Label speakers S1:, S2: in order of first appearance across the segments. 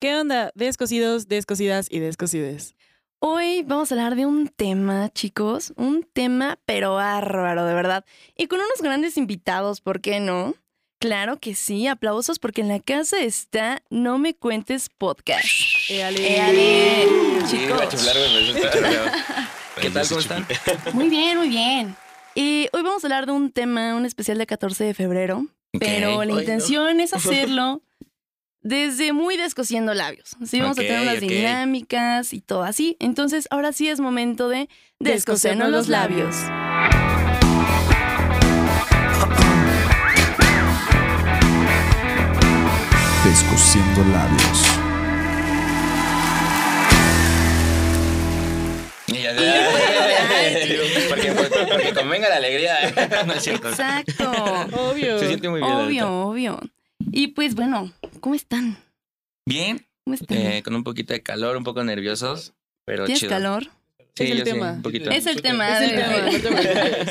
S1: ¿Qué onda? Descosidos, descosidas y descosides.
S2: Hoy vamos a hablar de un tema, chicos, un tema pero bárbaro, de verdad. Y con unos grandes invitados, ¿por qué no? Claro que sí, aplausos porque en la casa está No Me Cuentes Podcast.
S1: ¡Éale!
S2: Eh, ¡Éale!
S3: Sí, iba a
S2: Chicos,
S3: chiflar, güey, pero eso está arreglado.
S4: ¿Qué
S3: Bueno,
S4: tal?
S3: sí
S4: ¿Cómo
S3: chiflé.
S4: están?
S2: muy bien, muy bien. Y hoy vamos a hablar de un tema, un especial de 14 de febrero, pero
S4: Ok.
S2: la
S4: Ay, no.
S2: intención es hacerlo desde muy descosiendo labios. Así vamos a tener
S4: Ok,
S2: unas
S4: ok.
S2: dinámicas y todo así. Entonces, ahora sí es momento de descosernos los labios.
S5: Descosiendo labios.
S3: Y ya-
S2: Ay, sí.
S3: Porque, porque- porque convenga la alegría. No es cierto.
S2: Exacto.
S1: Obvio.
S3: Se siente muy bien. la
S2: Obvio,
S3: neta.
S2: obvio. Y pues bueno, ¿cómo están?
S4: Bien,
S2: ¿Cómo están?
S4: eh, con un poquito de calor, un poco nerviosos, pero
S2: ¿Tienes
S4: chido.
S2: calor?
S4: Sí,
S1: Es el
S4: yo sí,
S1: tema.
S4: un poquito.
S2: Es el tema.
S1: Es el
S2: de-
S1: tema.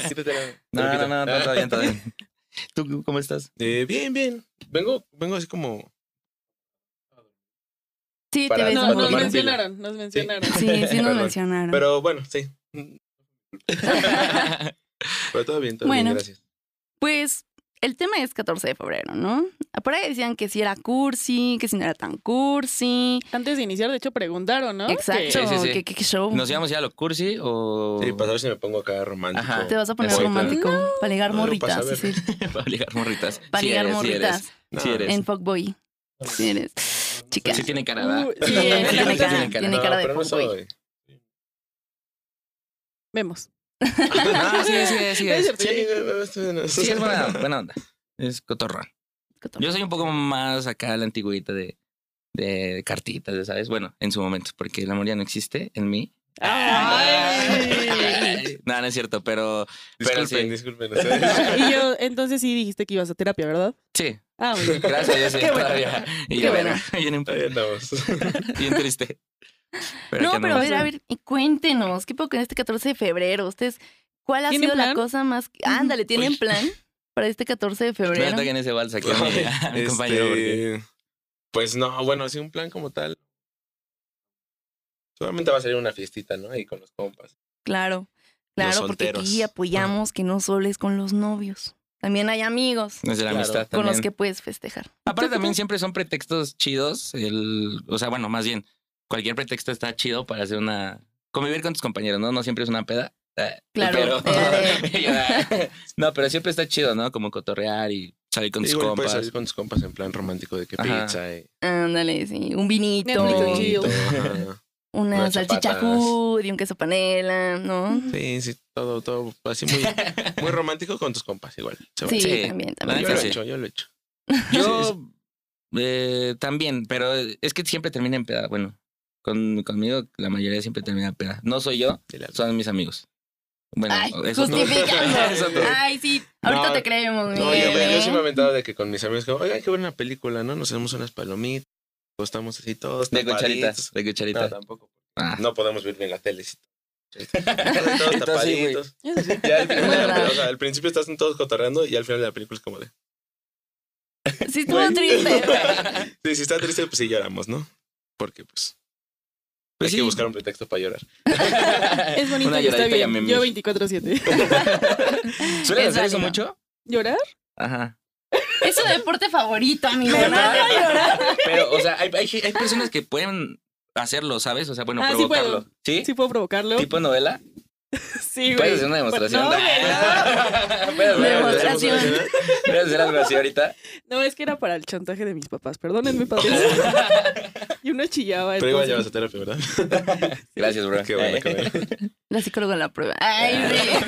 S3: Sí, te tengo.
S4: No, no, no, no, todo bien, todo bien. ¿Tú cómo estás?
S6: Eh, bien, bien. Vengo, vengo así como.
S2: Sí, te
S6: Para-
S2: ves
S1: No,
S2: muy
S1: nos
S6: tomar
S2: bien.
S1: mencionaron, nos mencionaron.
S2: Sí, sí nos
S6: Perdón.
S2: mencionaron.
S6: Pero bueno, sí. Pero todo bien, todo
S2: Bueno.
S6: bien, gracias.
S2: Pues el tema es 14 de febrero, ¿no? Por ahí decían que si era cursi, que si no era tan cursi.
S1: Antes de iniciar, de hecho, preguntaron, ¿no?
S2: Exacto,
S4: Sí, sí, sí.
S2: ¿Qué, qué- qué show.
S4: ¿Nos íbamos ya a lo cursi o...?
S6: Sí, para ver si me pongo acá romántico.
S4: Ajá.
S2: Te vas a poner
S6: Exacto.
S2: romántico para ligar
S6: No,
S2: morritas,
S6: para saber.
S2: sí, sí,
S4: Para ligar morritas.
S2: para
S4: Sí
S2: ligar
S4: eres, sí
S2: morritas
S6: No,
S4: Sí eres.
S2: en fuckboy. Sí eres. Chica.
S4: eres. Sí tiene cara, ¿verdad?
S1: Uh,
S2: Sí,
S1: sí,
S2: tiene
S1: sí,
S2: cara,
S4: tiene cara.
S2: tiene
S6: no,
S2: cara de
S6: pero no
S2: fuckboy.
S6: soy.
S1: Vemos.
S4: No, sí, sí, sí,
S1: Es
S4: es.
S1: cierto, ya
S6: Sí,
S1: ni-
S6: no, no, estoy- no,
S4: Sí, es buena, buena onda. Es cotorra. Yo soy un poco más acá a la antigüita de, de cartitas, ya ¿sabes? Bueno, en su momento, porque el amor ya no existe en mí.
S1: Ay.
S4: No, no es cierto, pero Pero
S6: Disculpen,
S4: sí.
S6: disculpen. ustedes.
S1: Y yo, entonces sí dijiste que ibas a terapia, ¿verdad?
S4: sí,
S1: Ah, muy bien.
S4: gracias a Dios sí,
S1: Qué bueno.
S4: todavía. Y
S1: Qué
S4: yo,
S1: bueno.
S4: bien, en-
S6: Ahí andamos.
S4: bien triste.
S2: no,
S4: acá
S2: pero a
S4: andamos.
S2: ver, a ver, y cuéntenos, ¿qué puedo con este 14 de febrero? ¿Ustedes cuál ha
S1: ¿Tienen
S2: sido la
S1: plan?
S2: cosa más... Ándale, ¿tienen plan para este 14 de
S4: No
S2: febrero?
S4: ataquen ese vals aquí a mi, a mi
S6: Este,
S4: compañero. porque-
S6: Pues no, bueno, así un plan como tal. Solamente va a salir una fiestita, ¿no? Ahí con los compas.
S2: Claro, claro, porque aquí
S6: solteros.
S2: apoyamos que no solo es con los novios, también hay amigos
S4: No es de la
S6: Claro.
S4: amistad
S2: con los
S4: también.
S2: que puedes festejar.
S4: Aparte también siempre son pretextos chidos. El, o sea, bueno, más bien, cualquier pretexto está chido para hacer una... Convivir con tus compañeros, ¿no? No siempre es una peda. Eh,
S2: Claro, eh.
S4: Yo, ah, no, pero siempre está chido, ¿no? Como cotorrear y salir con
S6: Sí,
S4: tus
S6: igual
S4: compas.
S6: puedes salir con tus compas en plan romántico de que
S4: Ajá.
S6: pizza y
S2: Ándale, sí, un vinito,
S1: Netflix
S4: Sí.
S1: chill.
S6: Ajá.
S2: una
S6: Unas
S2: salchicha
S6: chapatas.
S2: food y un queso panela, ¿no?
S6: Sí, sí, todo, todo así muy, muy romántico con tus compas igual. se
S2: Sí,
S6: vale.
S4: Sí,
S2: también,
S4: la
S2: también.
S6: Yo
S4: neta
S6: lo
S4: sí.
S6: he hecho, yo lo he hecho.
S4: Yo eh, también, pero es que siempre termina en peda. Bueno, con, conmigo la mayoría siempre termina en peda. No soy yo,
S6: Sí, la-
S4: son mis amigos. Bueno,
S2: Ay,
S4: eso
S2: justificando. Ah. Ay, sí, ahorita
S6: No,
S2: te creemos,
S6: No, yo,
S2: Miguel,
S6: me- yo sí me he
S2: ¿eh?
S6: aventado de que con mis amigos, como, oigan, qué buena película, ¿no? Nos hacemos unas palomitas, estamos así todos.
S4: De cucharitas,
S6: tapaditos.
S4: de
S6: No,
S4: cucharitas.
S6: tampoco.
S4: Ah.
S6: No podemos ver bien la tele. sí.
S4: Entonces,
S6: todos
S4: sí, güey.
S6: tapaditos.
S1: Eso sí.
S6: Ya al, final de la
S2: Bueno.
S6: peli- o sea, al principio estás todos cotorreando y al final de la película es como de.
S2: Sí, estuvo triste.
S6: Sí, si está triste, pues sí lloramos, ¿no? Porque pues.
S4: Pues
S6: hay
S4: sí.
S6: que buscar un pretexto para llorar.
S1: Es bonito
S4: Una
S1: y está
S4: lloradita y a
S1: bien.
S4: mimir.
S1: Yo 24-7.
S2: Es
S4: ¿Suelen hacer eso
S2: válido.
S4: mucho?
S1: ¿Llorar?
S4: Ajá.
S2: Es su deporte favorito, amigo.
S1: Me
S2: ¿no?
S1: mata llorar.
S4: Pero, o sea, hay, hay, hay personas que pueden hacerlo, ¿sabes? O sea, bueno,
S1: Ah, sí puedo.
S4: provocarlo. ¿Sí?
S1: Sí puedo provocarlo.
S4: ¿Tipo novela?
S1: Sí,
S4: ¿Puedes
S1: güey.
S4: hacer una demostración?
S1: No, güey,
S4: Puedes hacer una
S2: Demostración.
S4: demostración. Puedes hacer algo así ahorita.
S1: no. No, es que era para el chantaje de mis papás. Perdónenme, papás. y uno chillaba.
S6: Pero igual ya vas
S1: entonces-
S6: a terapia, ¿verdad?
S4: Gracias, bro.
S6: Qué bueno, qué bueno.
S2: La psicóloga en la prueba. Ay,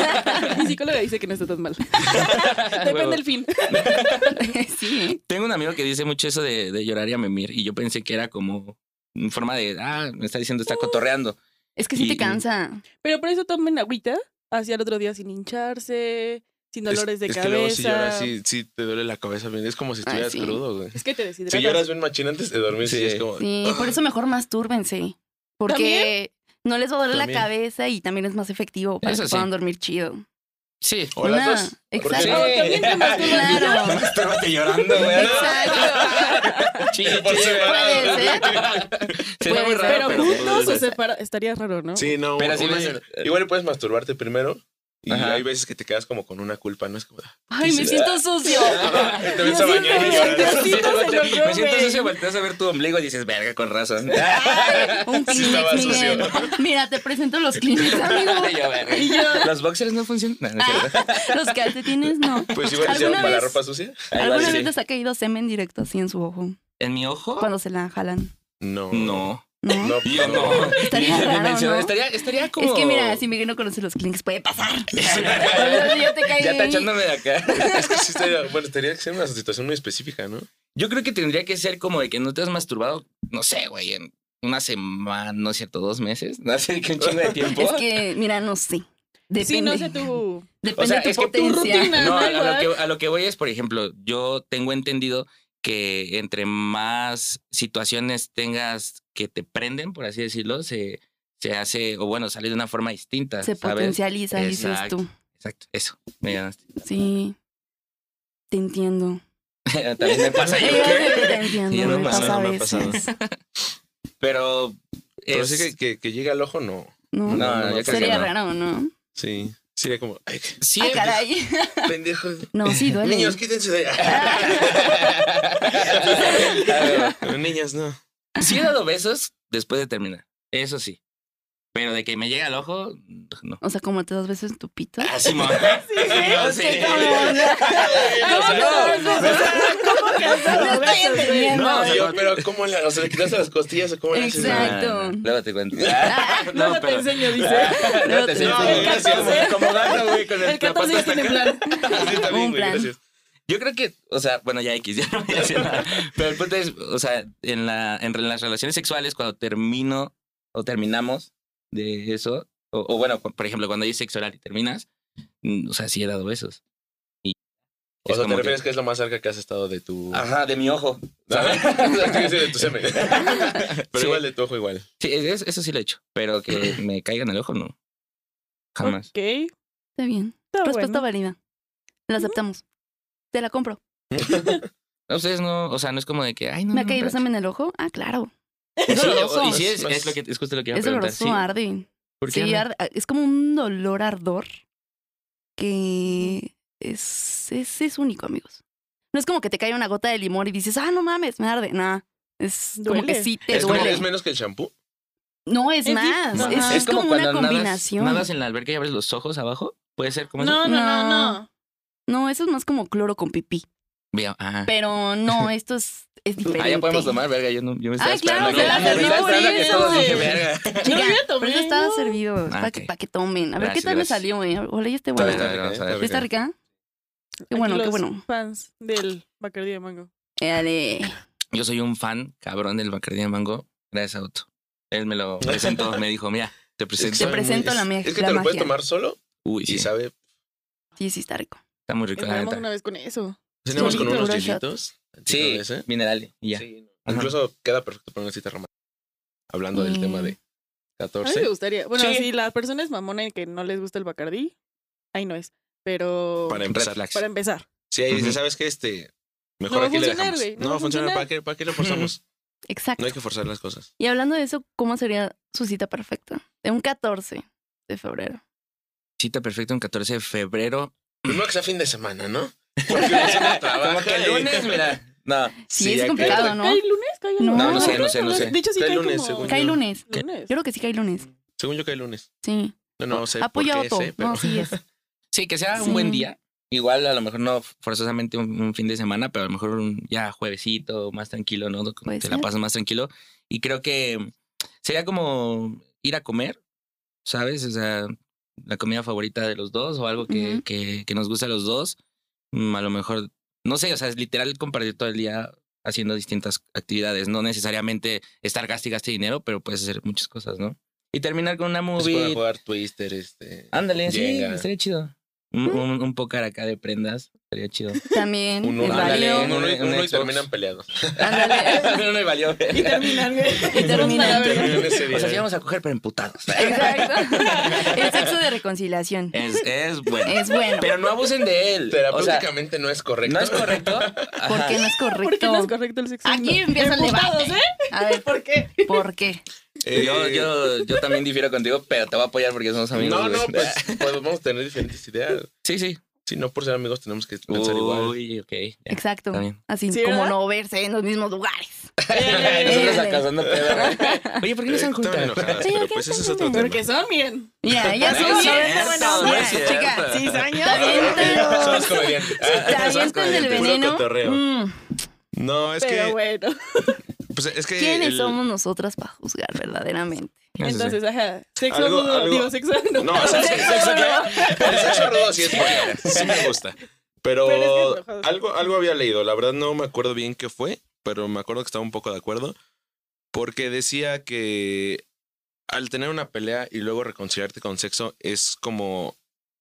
S1: Mi psicóloga dice que no está tan mal. Depende
S4: Huevo.
S1: del fin. ¿eh?
S2: sí. sí.
S4: Tengo un amigo que dice mucho eso de, de llorar y a memir. Y yo pensé que era como en forma de, ah, me está diciendo, está cotorreando.
S2: Es que sí te
S4: Y-
S2: cansa.
S1: Pero por eso tomen agüita hacia el otro día sin hincharse, sin dolores de
S6: es,
S1: cabeza.
S6: Es que luego si lloras, sí, sí te duele la cabeza bien. Es como si
S2: Ay,
S6: estuvieras
S2: sí.
S6: crudo, güey.
S1: Es que te deshidratas.
S6: Si lloras bien machín antes de dormir, sí,
S4: Sí.
S6: es como.
S2: Sí, por eso mejor mastúrbense. Porque no les va a doler la
S6: También.
S2: cabeza y también es más efectivo para
S4: Eso
S2: que
S4: sí.
S2: puedan dormir chido.
S4: Sí.
S6: O las
S2: Una-
S6: dos.
S2: Exacto.
S3: Sí.
S1: No, también te masturbas.
S2: Claro.
S3: Mastúrbate llorando, güey.
S2: Exacto.
S4: Sí,
S3: Por
S6: Pues,
S4: sí.
S3: separado, ¿no?
S2: Puede ser.
S4: Sería muy
S2: Puede
S4: raro,
S1: Pero
S4: pero... pues,
S1: juntos o separa- estaría raro, ¿no?
S6: Sí, no.
S3: Pero sí
S6: una-
S3: les-
S6: Igual puedes masturbarte primero y
S3: Ajá.
S6: hay veces que te quedas como con una culpa, ¿no? Es como... ah,
S2: Ay, me siento sucio.
S6: Te vas a
S2: Yo
S6: bañar y
S2: siento-
S6: llorar.
S2: yo siento- se lo
S4: Me siento
S2: roben.
S4: sucio, volteas a ver tu ombligo y dices, verga, con razón.
S2: Ay, Un
S6: Sí
S2: Kleenex,
S6: estaba
S2: Miguel. Mira, te presento los Kleenex, amigo.
S4: Y yo, verga.
S2: Y yo, Ah,
S4: Los boxers no funcionan. No, no es cierto.
S2: los calcetines no.
S6: Pues igual se
S2: ¿Alguna
S6: para la
S2: vez-
S6: ropa sucia.
S4: Ahí va,
S2: ¿Alguna
S4: sí.
S2: vez les ha caído semen directo así en su ojo?
S4: ¿En mi ojo?
S2: Cuando se la jalan.
S6: No.
S4: No.
S2: ¿No?
S6: No,
S4: Yo
S6: no.
S4: no.
S2: Estaría
S4: Ni- ni
S2: raro,
S4: mencionar.
S2: ¿no?
S4: Estaría, estaría como...
S2: Es que mira, si Miguel no conoce los Kleenex, puede pasar. ya te caí.
S4: Ya tachándome de acá.
S6: Es que sí estaría- bueno, tendría que ser una situación muy específica, ¿no?
S4: Yo creo que tendría que ser como de que no te has masturbado, no sé, güey, en una semana, no es cierto, dos meses. No sé, que un chingo de tiempo.
S2: Es que, mira, no sé. Depende.
S1: Sí, no sé tú.
S2: Depende
S4: O sea,
S2: de tu
S4: es que tu
S2: potencia.
S1: rutina.
S4: No, a, a
S1: Ajá,
S4: lo que, a lo que voy es, por ejemplo, yo tengo entendido que entre más situaciones tengas que te prenden, por así decirlo, se, se hace, o bueno, sale de una forma distinta.
S2: se
S4: ¿sabes?
S2: potencializa, dices
S4: Exacto.
S2: tú.
S4: Exacto, eso. Me ganaste.
S2: Sí. Te entiendo.
S4: También me pasa yo.
S2: Te
S4: Ya
S2: entiendo,
S4: me
S2: me
S4: pasó,
S2: pasa a
S6: me ha pasado.
S2: veces.
S4: Pero.
S6: Pero
S4: es-
S6: sí que, que, que llega al ojo, no.
S2: No,
S4: No, pues, no, yo creo
S2: sería
S4: que no.
S2: raro, ¿no?
S6: Sí. Sería como, ay,
S4: Sí,
S2: Ah, caray.
S6: pendejo.
S2: No, sí, duele.
S6: Niños, quítense de Pero niñas, no.
S4: sí he dado besos después de terminar. Eso sí. Pero de que me llega al ojo, no.
S2: O sea, como te das besos en tu pito.
S4: Así, mamá. No, sí.
S1: ¿Cómo que has dado
S2: No estoy
S1: besos, güey?
S2: entendiendo.
S4: No, o sea,
S6: Yo,
S4: no-
S6: pero ¿cómo le, o sea, le quitas las costillas o cómo le haces?
S2: Exacto.
S4: No, no, Luego te cuento. Ah.
S1: Luego te
S4: pero-
S1: enseño, dice.
S4: Luego te enseño.
S6: No,
S1: El
S6: gracias.
S1: 14.
S4: Como gato, güey, con el-
S1: El
S4: la
S1: 14
S4: pata
S1: ya tiene
S4: hasta acá.
S1: plan.
S6: Sí, está bien,
S2: Un
S6: güey,
S2: plan.
S6: gracias.
S4: Yo creo que, o sea, bueno, ya X, ya no voy a decir nada. Pero el punto es, o sea, en, la, en re- las relaciones sexuales, cuando termino o terminamos de eso, o, o bueno, cu- por ejemplo, cuando hay sexo oral y terminas, mm, o sea, sí he dado besos. Y
S6: O
S4: es
S6: sea,
S4: como
S6: ¿te
S4: que-
S6: refieres que es lo más cerca que has estado de tu...
S4: Ajá, de mi ojo. ¿sabes?
S6: Sí, de tu semen. Pero
S4: Sí.
S6: igual de tu ojo igual.
S4: Sí, es- eso sí lo he hecho, pero que me caiga en el ojo, no. Jamás.
S1: Ok. Está
S2: Está bien.
S1: bueno.
S2: Respuesta válida. La aceptamos. Te la compro.
S4: A Ustedes no, o sea, no es como de que, ay, no.
S2: ¿Me ha
S4: no,
S2: caído
S4: espérate.
S2: semen en el ojo? Ah, claro.
S4: Sí,
S2: Es doloroso.
S4: o- y sí, es,
S6: Más-
S4: es lo que, es justo lo que iba a
S2: Es
S4: preguntar.
S2: doloroso, arde.
S4: ¿Por qué
S2: Sí,
S4: no?
S2: arde- ah, es como un dolor ardor que es, es, es único, amigos. No es como que te cae una gota de limón y dices, ah, no mames, me arde. Nah, es como
S1: Duele.
S2: que sí te
S6: Es, como,
S2: duele.
S6: es menos que el shampoo.
S2: no, es,
S1: Es
S2: más.
S1: dif-
S2: Es,
S1: Ajá.
S2: es como, una
S4: nadas-
S2: combinación.
S4: Nadas, en la alberca y abres los ojos abajo. Puede ser como eso.
S1: No, no, no,
S2: No.
S1: no.
S2: No, eso es más como cloro con pipí.
S4: Veo, ajá.
S2: Pero no, esto es, es diferente.
S4: Ah, ya podemos tomar, verga. Yo, no, yo me estaba
S2: Ay, claro,
S4: esperando.
S2: se la
S4: que, me
S2: hace,
S4: estaba
S2: no,
S4: esperando a que
S1: eso.
S4: todos dije, verga.
S2: Chica,
S1: No, yo ya tomé,
S2: Por eso estaba
S1: no.
S2: servido. para,
S4: Ah, ok.
S2: que, para que tomen. A ver qué
S4: Gracias,
S2: tal
S4: gracias.
S2: me salió, eh. Hola, ya esté
S4: A
S2: bueno.
S4: ver, a ver, vamos a ver.
S6: Está
S2: ¿Está rica? Qué
S1: Aquí
S2: bueno, qué
S1: los
S2: bueno.
S1: Fans del Bacardí de Mango.
S2: Eh, Dale.
S4: Yo soy un fan cabrón del Bacardí de Mango. Gracias a Otto. Él me lo presentó. me dijo, mira, te
S6: Es que
S4: presento.
S6: sabe muy-
S2: presento
S6: es-
S2: la me-
S6: Es que
S2: la
S6: te lo puedes
S2: magia.
S6: tomar solo
S4: Uy, sí.
S6: y sabe...
S2: Sí, sí, está rico.
S4: Está muy rico. la
S1: Empezamos
S4: neta.
S1: una vez con eso.
S6: Cenamos con
S1: Solito,
S6: unos
S2: bro,
S6: chilitos.
S4: Sí,
S2: eh?
S4: mineral. Y ya.
S6: eh? Sí,
S4: Ajá.
S6: Incluso queda perfecto para una cita romántica. Hablando del
S2: Mm.
S6: tema
S1: A
S6: de
S1: mí me
S6: 14.
S1: gustaría. Bueno,
S4: Sí.
S1: si la persona es mamona y que no les gusta el Bacardí, ahí no es. Pero
S6: Para
S1: para,
S6: empezar.
S4: Red flags.
S1: empezar.
S6: Sí, ahí dice,
S4: Pues, Ujú.
S6: ¿sabes qué? Este, mejor
S1: No va a
S6: aquí le
S1: funcionar,
S6: dejamos.
S1: güey, no
S6: no
S1: va
S6: va
S1: a
S6: a funcionar.
S1: funcionar.
S6: ¿Para qué, ¿Para qué lo forzamos?
S2: Exacto.
S6: No hay que forzar las cosas.
S2: Y hablando de eso, ¿cómo sería su cita perfecta? De un 14 de febrero.
S4: Cita perfecta un 14 de febrero.
S6: Primero que sea fin de semana, ¿no? Porque uno trabaja
S4: Como que el
S6: y-
S4: lunes, mira. No,
S2: Sí,
S6: Sí,
S2: es
S6: ya
S2: complicado,
S1: ¿Cae-
S2: ¿no?
S1: ¿Cae lunes? ¿Cae
S2: No.
S1: lunes?
S2: No, no sé,
S4: no sé, no sé.
S1: De hecho, sí
S6: Cae
S1: cae,
S6: lunes,
S1: como...
S6: según
S2: Cae
S6: yo.
S2: lunes.
S1: Lunes.
S2: Yo creo que sí cae lunes.
S6: Según yo que el lunes.
S2: Sí.
S6: No, no sé por
S2: Apoya
S6: qué
S2: Otto.
S6: sé, pero...
S2: No, sí es.
S4: Sí, que sea
S2: Sí.
S4: un buen día. Igual a lo mejor no forzosamente un, un fin de semana, pero a lo mejor un ya juevesito, más tranquilo, ¿no?
S2: Puede
S4: Te la
S2: ser.
S4: pasas más tranquilo. Y creo que sería como ir a comer, ¿sabes? O sea, la comida favorita de los dos o algo que,
S2: Ujú.
S4: que, que nos gusta a los dos. Mm, A lo mejor, no sé, o sea, es literal compartir todo el día haciendo distintas actividades. No necesariamente estar gaste y gaste dinero, pero puedes hacer muchas cosas, ¿no? Y terminar con una
S6: Pues pueden
S4: movie.
S6: jugar Twister, este...
S4: Ándale, sí,
S6: Jenga.
S4: estaría chido. Un, un, un póker acá de prendas. Estaría chido.
S2: También
S6: Un uno,
S2: es
S6: ándale,
S2: válido.
S6: un uno y-
S4: Un
S6: uno y
S4: Xbox.
S6: terminan peleados.
S2: Ándale.
S4: no me valió.
S1: Y terminan,
S2: Y terminan.
S6: Terminan ese día.
S4: O sea, sí vamos a coger, pero emputados.
S2: Exacto. El sexo de reconciliación.
S4: Es, es bueno.
S2: Es bueno.
S4: Pero no abusen de él. O sea,
S6: Terapéuticamente no es correcto. Eh,
S4: no es correcto.
S2: ¿Por qué no es correcto?
S1: ¿Por qué no es correcto el sexo? ¿eh?
S2: Aquí empieza el
S1: Emputados,
S2: debate. A ver,
S1: ¿Por qué?
S2: ¿por qué?
S6: Eh,
S4: Yo, yo, yo también difiero contigo, pero te voy a apoyar porque somos amigos.
S6: No, no,
S4: güey.
S6: pues, pues vamos a tener diferentes ideas.
S4: Sí, sí.
S6: Si no por ser amigos tenemos que pensar igual.
S4: Uy, ok. ya,
S2: Exacto.
S4: está bien.
S2: Así
S1: ¿Sí,
S2: como
S1: verdad?
S2: no verse en los mismos lugares.
S4: Nosotros
S2: Dale.
S4: acá dando pedo, güey. Oye, ¿por qué no se han
S6: Están
S4: juntado?
S6: enojadas, Eh, pero pues ese es otro tema.
S1: Porque son, miren.
S2: Mira, ya
S4: No
S2: son
S4: es cierto, no
S2: buena
S4: es cierto.
S2: Chica, sí,
S1: Cizaña.
S2: Está bien, pero-
S6: Somos comediantes.
S2: te avientan el
S6: Puro
S2: veneno.
S6: cotorreo.
S2: Mm,
S6: No, es
S1: Pero
S6: que,
S1: bueno.
S6: pues, es que
S2: ¿Quiénes
S6: el-
S2: somos nosotras para juzgar verdaderamente?
S1: Entonces, ajá. Sexo
S6: Algo-
S1: rudo,
S6: algo-
S1: digo sexo. No,
S6: No, o sea, sexo- sexo
S4: eh.
S6: claro. El sexo rudo sí es bueno. Sí me gusta. Pero,
S1: Pero es bien enojado.
S6: algo, algo había leído. La verdad no me acuerdo bien qué fue, pero me acuerdo que estaba un poco de acuerdo. Porque decía que al tener una pelea y luego reconciliarte con sexo es como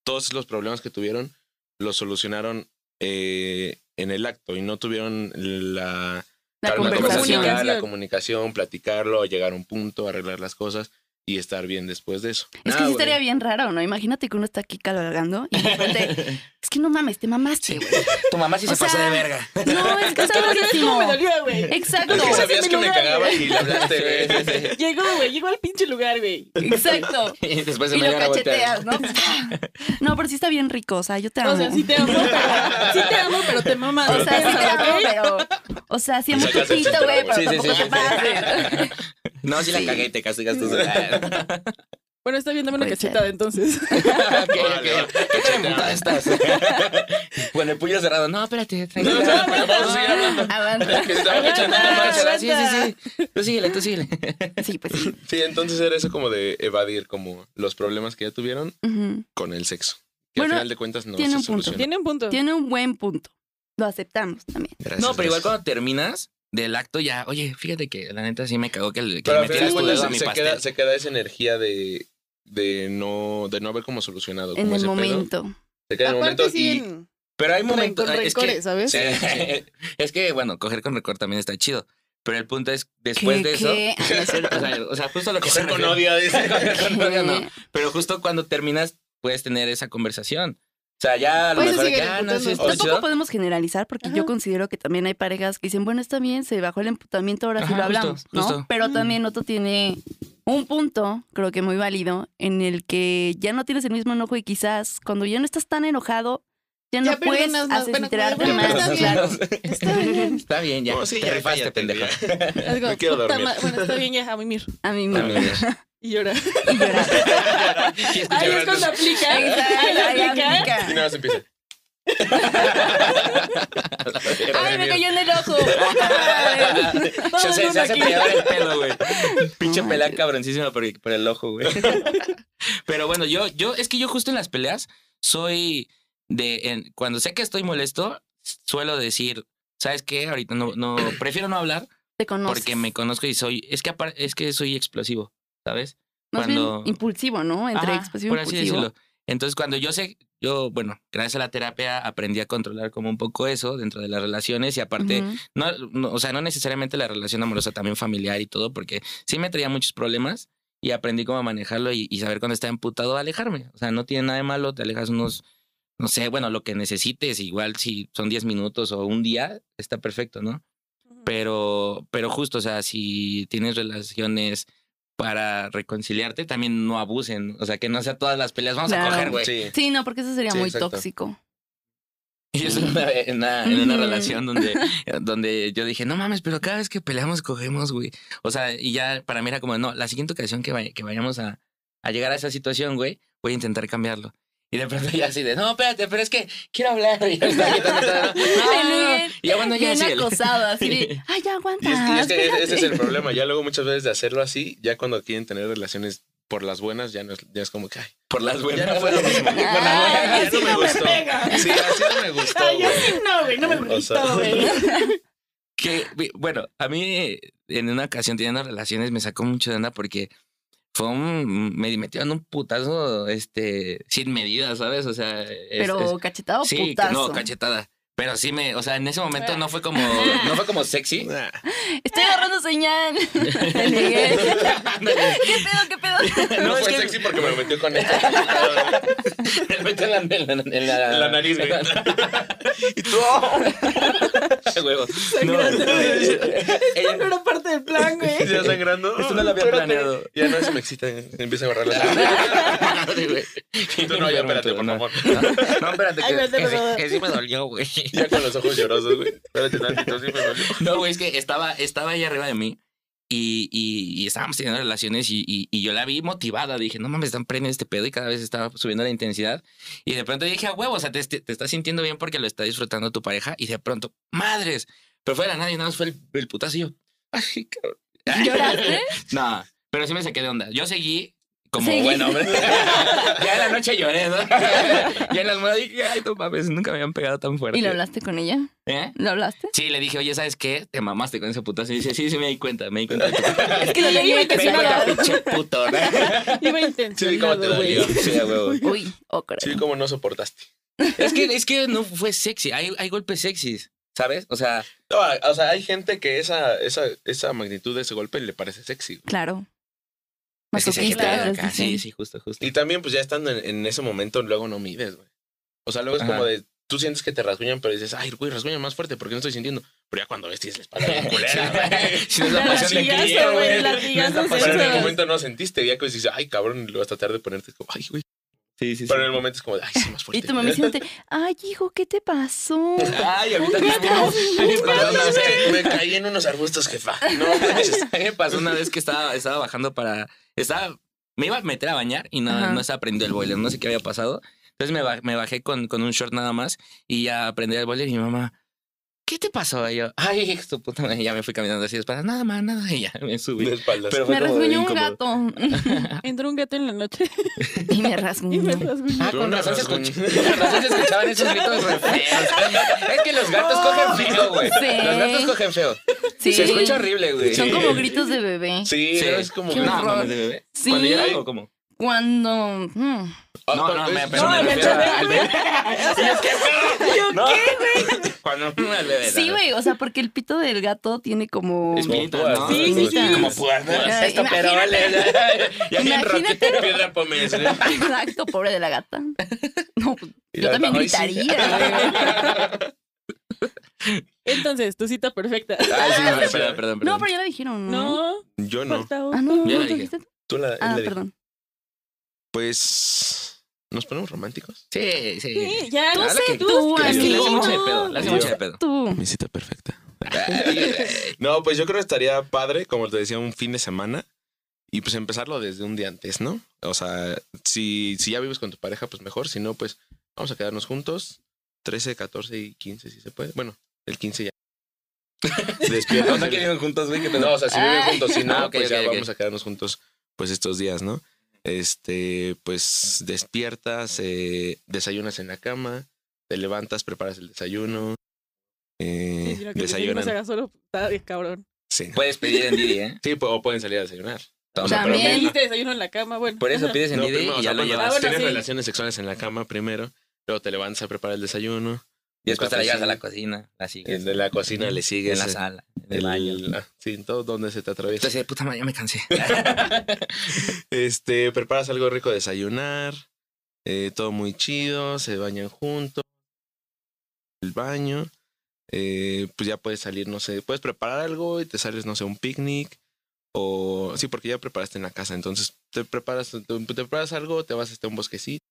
S6: todos los problemas que tuvieron los solucionaron eh, en el acto y no tuvieron la,
S2: La
S6: calma de
S2: conversación.
S6: comunicar, La comunicación, platicarlo, llegar a un punto, arreglar las cosas y estar bien después de eso.
S2: Es que sí estaría bien raro, ¿no? Imagínate que uno está aquí cabalgando y de repente, es que no mames, te mamaste, güey.
S4: Tu mamá sí
S2: O
S4: se pasó
S2: sea,
S4: de verga.
S2: No, es que está
S1: ¿Cómo me
S2: buenísimo.
S1: dolió, güey?
S2: Exacto.
S6: Es que sabías
S1: Ese
S6: que me
S1: lugar,
S4: Ah,
S6: cagaba
S1: güey.
S6: y le hablaste, güey.
S1: Llegó, güey. Llegó al pinche lugar, güey.
S2: Exacto.
S4: Y después de
S2: Y lo
S4: media hora
S2: cacheteas,
S4: volteas.
S2: ¿no? No, pero sí está bien rico, o sea, yo te amo.
S1: O sea, sí te amo. pero- Sí te amo, pero te mamas.
S2: O sea, sí te
S1: ¿ok?
S2: amo, pero. O sea, sí amo tu
S6: sacas el
S2: pito,
S6: centro,
S2: güey, pero
S4: Sí, sí, sí,
S2: tampoco
S4: sí,
S2: te pases.
S4: No, sí la
S2: Sí.
S4: cagué y te castigas tú sola.
S1: Bueno, está bien, dame una
S2: Puede ser.
S1: cachetada entonces.
S4: Ok,
S6: Vale, va.
S4: ok. ¿Qué cara de puta estás? Bueno, el puño cerrado. No, espérate, tranquilo.
S6: No, no, pero vamos a seguir hablando.
S2: Avanza.
S6: Que se estaba echando
S4: No,
S6: la marcha.
S4: Marcela, Sí, sí, sí. Tú síguele, tú síguele.
S2: Sí, pues sí.
S6: Sí, entonces era eso como de evadir como los problemas que ya tuvieron
S2: Ujú.
S6: con el sexo. Que
S2: Bueno,
S6: al final de cuentas no
S2: tiene
S6: se
S2: un punto.
S6: soluciona.
S1: Tiene un punto.
S2: Tiene un buen punto. Lo aceptamos también.
S6: Gracias,
S4: No, pero igual
S6: gracias.
S4: cuando terminas del acto ya, oye, fíjate que la neta sí me cagó que, el- que
S6: Pero
S4: me
S6: al final
S4: tiras
S6: de
S4: tu dedo a
S6: cuentas
S4: mi
S6: se
S4: pastel.
S6: queda, se queda esa energía de, de, no, de no haber como solucionado.
S2: En el
S6: como ese pedo.
S2: momento.
S6: Se queda en el momento y...
S4: Pero hay
S1: Con
S4: momentos... Es
S1: rencores, ¿eh?
S4: que,
S1: ¿sabes?
S6: Sí, sí.
S4: es que, bueno, coger con rencor también está chido. Pero el punto es, después
S2: ¿Qué,
S4: de
S2: qué? Ah, no es
S4: eso...
S2: cierto.
S4: O sea, o sea, justo lo que...
S6: Coger
S4: me
S6: con
S4: refiero-
S6: odio, dice.
S4: Coger con odio, no.
S2: Eh,
S4: Pero justo cuando terminas puedes tener esa conversación. O sea, ya a lo
S1: Pues
S4: mejor...
S1: sigue
S4: que, ah, no, sí,
S1: disfrutando.
S4: está
S2: Tampoco
S4: chido.
S2: podemos generalizar porque yo
S1: Ajá.
S2: considero que también hay parejas que dicen, bueno, está bien, se bajó el emputamiento, ahora sí
S4: Ajá,
S2: lo
S4: justo,
S2: hablamos, ¿no?
S4: justo.
S2: Pero
S1: Mm.
S2: también otro tiene un punto, creo que muy válido, en el que ya no tienes el mismo enojo y quizás cuando ya no estás tan enojado, ya no
S1: Ya
S2: puedes
S1: perdonas más,
S2: hacer
S1: bueno,
S2: enterarte
S1: bueno,
S2: más.
S1: está bien.
S2: claro.
S1: Está bien.
S4: Está bien, ya.
S6: No, sí,
S4: te
S6: ya,
S4: rifaste,
S6: cállate,
S4: pendejo.
S1: Algo,
S6: Me quiero
S1: puta
S6: dormir.
S1: ma- Bueno, está bien, ya, a mimir.
S2: A mí mismo.
S4: También.
S1: Y llora.
S2: Y llorar.
S4: Sí, escucha,
S1: Ahí es
S4: ahora
S1: cuando
S4: tú-
S1: aplica. Ahí
S2: Exacto, ahí
S1: la aplica.
S2: aplica.
S6: Y nada más empieza.
S2: Ay, me cayó en el ojo.
S1: Todo el
S4: Se hace, se
S1: mundo
S4: hace
S1: aquí.
S4: peor el pelo, güey. Pinche
S2: No
S4: pelea
S2: manches.
S4: cabroncísima por, por el ojo, güey. Pero bueno, yo, yo, es que yo justo en las peleas soy de, en- cuando sé que estoy molesto, suelo decir, ¿sabes qué? Ahorita no, no, prefiero no hablar
S2: Te conoces.
S4: porque me conozco y soy, es que, apar- es que soy explosivo, ¿sabes?
S2: Más
S4: cuando-
S2: bien impulsivo, ¿no? Entre
S4: Ajá,
S2: expresivo y
S4: por así
S2: impulsivo.
S4: decirlo. Entonces, cuando yo sé, yo, bueno, gracias a la terapia aprendí a controlar como un poco eso dentro de las relaciones y aparte,
S2: Ujú.
S4: no, no, o sea, no necesariamente la relación amorosa, también familiar y todo, porque sí me traía muchos problemas y aprendí cómo manejarlo y, y saber cuando está emputado, alejarme. O sea, no tiene nada de malo, te alejas unos, no sé, bueno, lo que necesites, igual si son 10 minutos o un día, está perfecto, ¿no? Pero, pero justo, o sea, si tienes relaciones para reconciliarte, también no abusen. O sea, que no sea todas las peleas, vamos
S2: Claro.
S4: a coger, güey.
S6: Sí.
S2: Sí, no, porque eso sería
S6: Sí,
S2: muy
S6: exacto.
S2: tóxico.
S4: Y es una- en una, en una
S2: Ujú.
S4: relación donde, donde yo dije, no mames, pero cada vez que peleamos, cogemos, güey. O sea, y ya para mí era como, no, la siguiente ocasión que, vay- que vayamos a, a llegar a esa situación, güey, voy a intentar cambiarlo. Y de pronto ya así de, no, espérate, pero es que quiero hablar. Y ya está, ya está, ya está. No, no, no. Y ya cuando ya
S2: Bien
S4: así el-
S2: acosado, así de, ay, ya aguanta.
S6: Y es, y es que ese- ese es
S2: Ah,
S6: el
S2: espérate".
S6: problema. Ya luego muchas veces de hacerlo así, ya cuando quieren tener relaciones por las buenas, ya, no es, ya es como que, ay,
S4: por las buenas.
S6: Pues ya no fue lo mismo. Por las
S2: Ay,
S6: buenas, ya
S1: así
S6: no me
S1: no me
S6: gustó.
S1: pega.
S6: Sí, así no me gustó.
S1: Ay,
S6: güey.
S1: así no, güey. No me
S6: O sea.
S1: gustó, güey.
S4: Que, vi- bueno, a mí eh, en una ocasión teniendo relaciones me sacó mucho de onda porque fue un. Me metieron un putazo este, sin medida, ¿sabes? O sea. es-
S2: Pero
S4: es-
S2: cachetado
S4: sí,
S2: putazo.
S4: no, cachetada. Pero sí me. O sea, en ese momento no fue como. No fue como sexy.
S6: Nah.
S2: Estoy agarrando señal. Te negué. ¿Qué pedo, qué pedo?
S6: No,
S4: No, es
S6: fue
S4: que-
S6: sexy porque me metió con esto.
S4: Me metió en la, en la- en la-
S6: En la nariz, güey.
S4: y tú. Huevo. No. Ella-
S1: No era parte del plan, güey.
S6: ya sangrando.
S4: Esto no lo había
S6: Espérate.
S4: planeado.
S6: Ya no se me excita. Empieza a agarrar la
S4: Madre, güey.
S6: Tú no, ya espérate, por
S4: No.
S6: favor.
S4: No, espérate,
S1: Ay,
S4: que,
S1: espérate,
S4: que sí-
S1: perdón.
S4: que sí me dolió, güey.
S6: Ya con los ojos llorosos, güey. Espérate tantito, sí me dolió.
S4: No, güey, es que estaba, estaba ahí arriba de mí y, y- y estábamos teniendo relaciones y, y- y yo la vi motivada. Dije, no mames, están premios este pedo y cada vez estaba subiendo la intensidad. Y de pronto dije, a huevo, o sea, te, te- te estás sintiendo bien porque lo está disfrutando tu pareja. Y de pronto, madres, pero fue de la nada y nada más fue el, el putazo y yo. Ay, cabrón.
S2: ¿Lloraste?
S4: No, pero sí me saqué de onda. Yo seguí como
S2: Seguí.
S4: bueno, hombre. ya en la noche lloré, ¿no? ya en las modas dije, ay, no mames, nunca me habían pegado tan fuerte.
S2: ¿Y lo hablaste con ella?
S4: ¿Eh?
S2: ¿Lo hablaste?
S4: Sí, le dije, oye, ¿sabes qué? Te mamaste con ese putazo. Y dice, sí, sí, me di cuenta, me di cuenta.
S2: Es que no le
S1: iba
S2: dije que se
S1: intencionado.
S2: haga.
S4: Pinche puto, ¿no?
S1: Iba
S6: Sí, vi cómo te
S1: intencionado, güey.
S6: dolió. Sí, a huevo.
S2: Uy, oh, ocre.
S6: Sí, vi cómo no soportaste.
S4: Es que, es que no fue sexy. Hay, hay golpes sexys, ¿sabes? O sea,
S6: No, o sea, hay gente que esa, esa, esa magnitud de ese golpe le parece sexy, güey.
S2: Claro.
S4: es que se
S2: Masoquistas,
S4: jetean
S2: les
S4: acá. Sí,
S2: dicen.
S4: sí, justo, justo.
S6: Y también, pues ya estando en, en ese momento, luego no mides, güey. O sea, luego es
S4: Ajá.
S6: como de. Tú sientes que te rasguñan, pero dices, ay, güey, rasguñan más fuerte porque no estoy sintiendo. Pero ya cuando ves, tienes la espalda bien culera, güey.
S4: Si no es la
S1: Pero
S4: pasión de
S1: latigazo,
S4: Cristo,
S1: güey,
S4: güey.
S1: latigazo
S4: No está
S6: Pero en el
S1: sexual.
S4: pasando.
S6: momento no sentiste. Ya que dices, ay, cabrón, lo vas a tratar de ponerte. es como, ay, güey.
S4: Sí, sí, sí.
S6: Pero en el momento es como de, ay, sí, más fuerte.
S2: Y tu mamá diciéndote, ay, hijo, ¿qué te pasó?
S4: Ay, ahorita me
S6: Perdón, es que me caí en unos arbustos, jefa. No, manches.
S4: A mí me pasó una vez que estaba, estaba bajando para. Estaba, me iba a meter a bañar y no,
S2: Ajá.
S4: no se aprendió el boiler. No sé qué había pasado. Entonces me, ba- me bajé con, con un short nada más y ya aprendí el boiler y mi mamá. ¿Qué te pasó? Y yo, ay, hijo de tu puta madre. Y ya me fui caminando así de espaldas, Nada más, nada. Y ya me
S6: De
S4: subí.
S6: espaldas.
S4: Pero fue
S2: Me
S4: como de
S2: rasguñó un
S4: incómodo.
S2: gato.
S1: Entró un gato en la noche
S2: Y me
S1: y me
S2: rasguñó.
S1: rasguñó.
S4: Ah,
S6: Pero
S4: con
S6: una
S4: razón, se
S6: rasguña.
S4: escuch- con razón se escuchaban esos gritos re feos. Es que los gatos cogen feo, güey.
S2: Sí.
S4: Los gatos cogen feo.
S2: Sí.
S4: Se escucha horrible, güey.
S2: Son como gritos de bebé.
S6: Sí,
S4: Sí.
S6: es como.
S2: Qué
S4: No,
S2: horror.
S4: mames, de bebé.
S2: Sí.
S4: Cuando yo era- o como.
S2: Cuando. mm,
S6: Ah,
S4: No, no, pues, me, pero
S1: No,
S4: me
S1: en el
S4: refiero
S1: bebé,
S4: al bebé. Sí, es que pedo. No. Cuando al bebé.
S2: Sí, güey. O sea, porque el pito del gato tiene como.
S4: Espinitas, ¿no?
S1: Sí, sí, sí.
S4: Como púas, ¿no?
S2: Ay,
S4: Esto, pero
S2: imagínate.
S4: vale.
S6: Ya bien
S2: Imagínate.
S6: roquete piedra pómez.
S4: Ah,
S6: ¿eh?
S2: Exacto, pobre de la gata. No, pues,
S6: Y
S2: yo
S6: la-
S2: también
S6: ay, sí.
S2: gritaría. güey.
S1: Entonces, tu cita perfecta.
S4: Ay, sí, perdón, perdón, perdón.
S2: No, pero ya lo dijeron, ¿no?
S1: No,
S6: Yo no.
S1: falta
S2: Ah,
S1: otra.
S2: no, ¿no
S4: Ya lo
S2: te
S4: dije.
S2: dijiste?
S6: Tú la,
S2: Ah,
S6: le-
S2: perdón.
S6: Pues. ¿Nos ponemos románticos?
S4: Sí, sí.
S1: Sí, ya,
S4: Claro que
S1: tú,
S2: tú,
S1: tú,
S6: es que
S1: sí.
S4: la hace
S6: no.
S4: mucho de pedo, la hace
S6: Yo-
S4: mucho de pedo.
S2: Tú.
S6: Mi cita perfecta. No, pues yo creo que estaría padre, como te decía, un fin de semana. Y pues empezarlo desde un día antes, ¿no? O sea, si, si ya vives con tu pareja, pues mejor. Si no, pues vamos a quedarnos juntos. 13, 14 y 15, si se puede. Bueno, el 15 ya. Despierta.
S4: ¿Cuándo que viven juntos, güey? ¿Qué pedo?
S6: No, o sea, si viven juntos, si no,
S4: Ah, ok,
S6: pues
S4: ok,
S6: ya
S4: ok.
S6: vamos a quedarnos juntos, pues estos días, ¿no? Este, pues despiertas, eh, desayunas en la cama, te levantas, preparas el desayuno, eh,
S1: Sí, sino que desayuno
S6: desayunan.
S1: se haga solo, está de cabrón.
S6: Sí,
S4: Puedes pedir en Didi, ¿eh?
S6: Sí, pu- o pueden salir a desayunar.
S4: Toma,
S6: O sea,
S4: pero-
S1: Me
S2: También.
S1: dijiste desayuno en la cama, bueno.
S4: Por eso
S1: ajá.
S4: pides en
S6: No,
S4: Didi
S6: primero,
S4: y ya
S6: o sea,
S4: lo
S6: cuando
S4: llevas.
S1: Ah, bueno,
S6: tienes
S1: sí.
S6: relaciones sexuales en la cama primero, luego te levantas a preparar el desayuno,
S4: Y después te la llevas a la
S6: cocina.
S4: cocina, la sigues.
S6: De la cocina le
S4: En
S6: sigues.
S4: la
S6: eh,
S4: sala, en el
S6: el-
S4: baño.
S6: la- sí, en todo donde se te atraviesa.
S4: Entonces, puta madre, ya me cansé.
S6: Este, preparas algo rico de desayunar, eh, todo muy chido, se bañan juntos, el baño, eh, pues ya puedes salir, no sé, puedes preparar algo y te sales, no sé, un picnic, o sí, porque ya preparaste en la casa, entonces te preparas, te, te preparas algo, te vas este, a un bosquecito,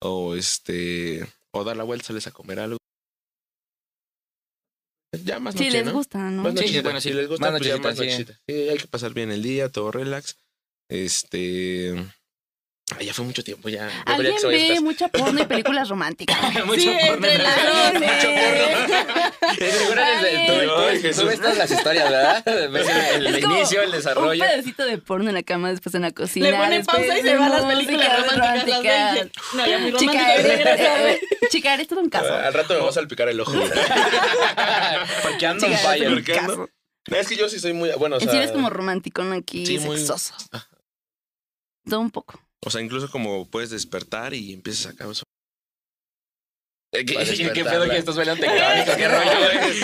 S6: o este, o dar la vuelta, sales a comer algo. Ya más
S2: Sí,
S6: noche,
S2: les
S6: ¿no?
S2: gusta, ¿no?
S6: Más
S4: Sí,
S6: nochecita.
S4: bueno, sí.
S6: Si les gusta,
S4: Más
S6: pues ya
S4: nochecita,
S6: más
S4: sí.
S6: nochecita. Sí, hay que pasar bien el día, todo relax. Este. ay, ya fue mucho tiempo, ya. ya quería
S2: Alguien
S6: que se vaya a
S2: ve
S6: casa.
S2: mucha porno y películas románticas.
S1: Sí,
S4: Mucho porno.
S1: entre
S2: ¿eh?
S1: ladrones.
S4: Seguro desde
S2: Ay,
S4: tú-
S6: Ay,
S4: tú
S6: Jesús.
S4: ves todas las historias, ¿verdad? Ves el, el
S2: Es como
S4: inicio, el
S2: Un
S4: desarrollo.
S2: pedacito de porno en la cama, después en la cocina.
S1: Le ponen
S2: después
S1: pausa y
S2: de
S1: se van las
S2: música
S1: películas románticas. Las veis. No, ya muy
S2: Chica, eh,
S1: románticas.
S2: eres,
S1: regresa, güey.
S2: chica, eres todo un caso.
S6: Al rato me va a salpicar el ojo.
S4: Porque ando
S2: Sí,
S4: en fallo.
S2: pero-
S6: ¿Por qué no? No, es que yo sí soy muy. Bueno, o
S2: en
S6: sea.
S2: sí eres como romanticón aquí,
S6: Sí, muy-
S2: sexoso. Todo un poco.
S6: O sea, incluso como puedes despertar y empiezas a sacar eso.
S3: ¿Qué,
S4: Eh, ¿Qué, qué pedo que estás bailando tectónico?
S3: ¿Qué rollo, güey?
S2: Sí.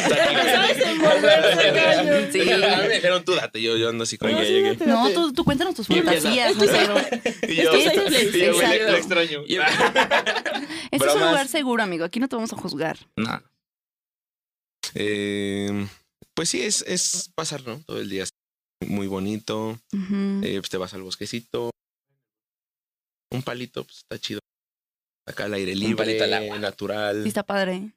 S6: A mí me dijeron tú date, yo, yo ando así como.
S1: No,
S6: Ok,
S1: sí,
S6: ok.
S1: date,
S2: No,
S1: date.
S2: tú, tú cuéntanos tus
S4: Y empieza.
S2: fantasías, Marcelo.
S6: Y
S1: Es
S6: yo,
S1: tu
S6: y yo,
S1: safe place.
S6: güey,
S2: Exacto.
S6: lo extraño.
S4: Y-
S2: Este es un
S4: Bromas.
S2: lugar seguro, amigo. Aquí no te vamos a juzgar.
S4: No.
S6: Eh, pues sí, es, es pasar, ¿no? Todo el día. Muy bonito.
S2: Ujú.
S6: Eh, pues te vas al bosquecito. Un palito, pues está chido. Acá al aire libre,
S3: palito al agua.
S6: natural.
S2: Sí, está padre.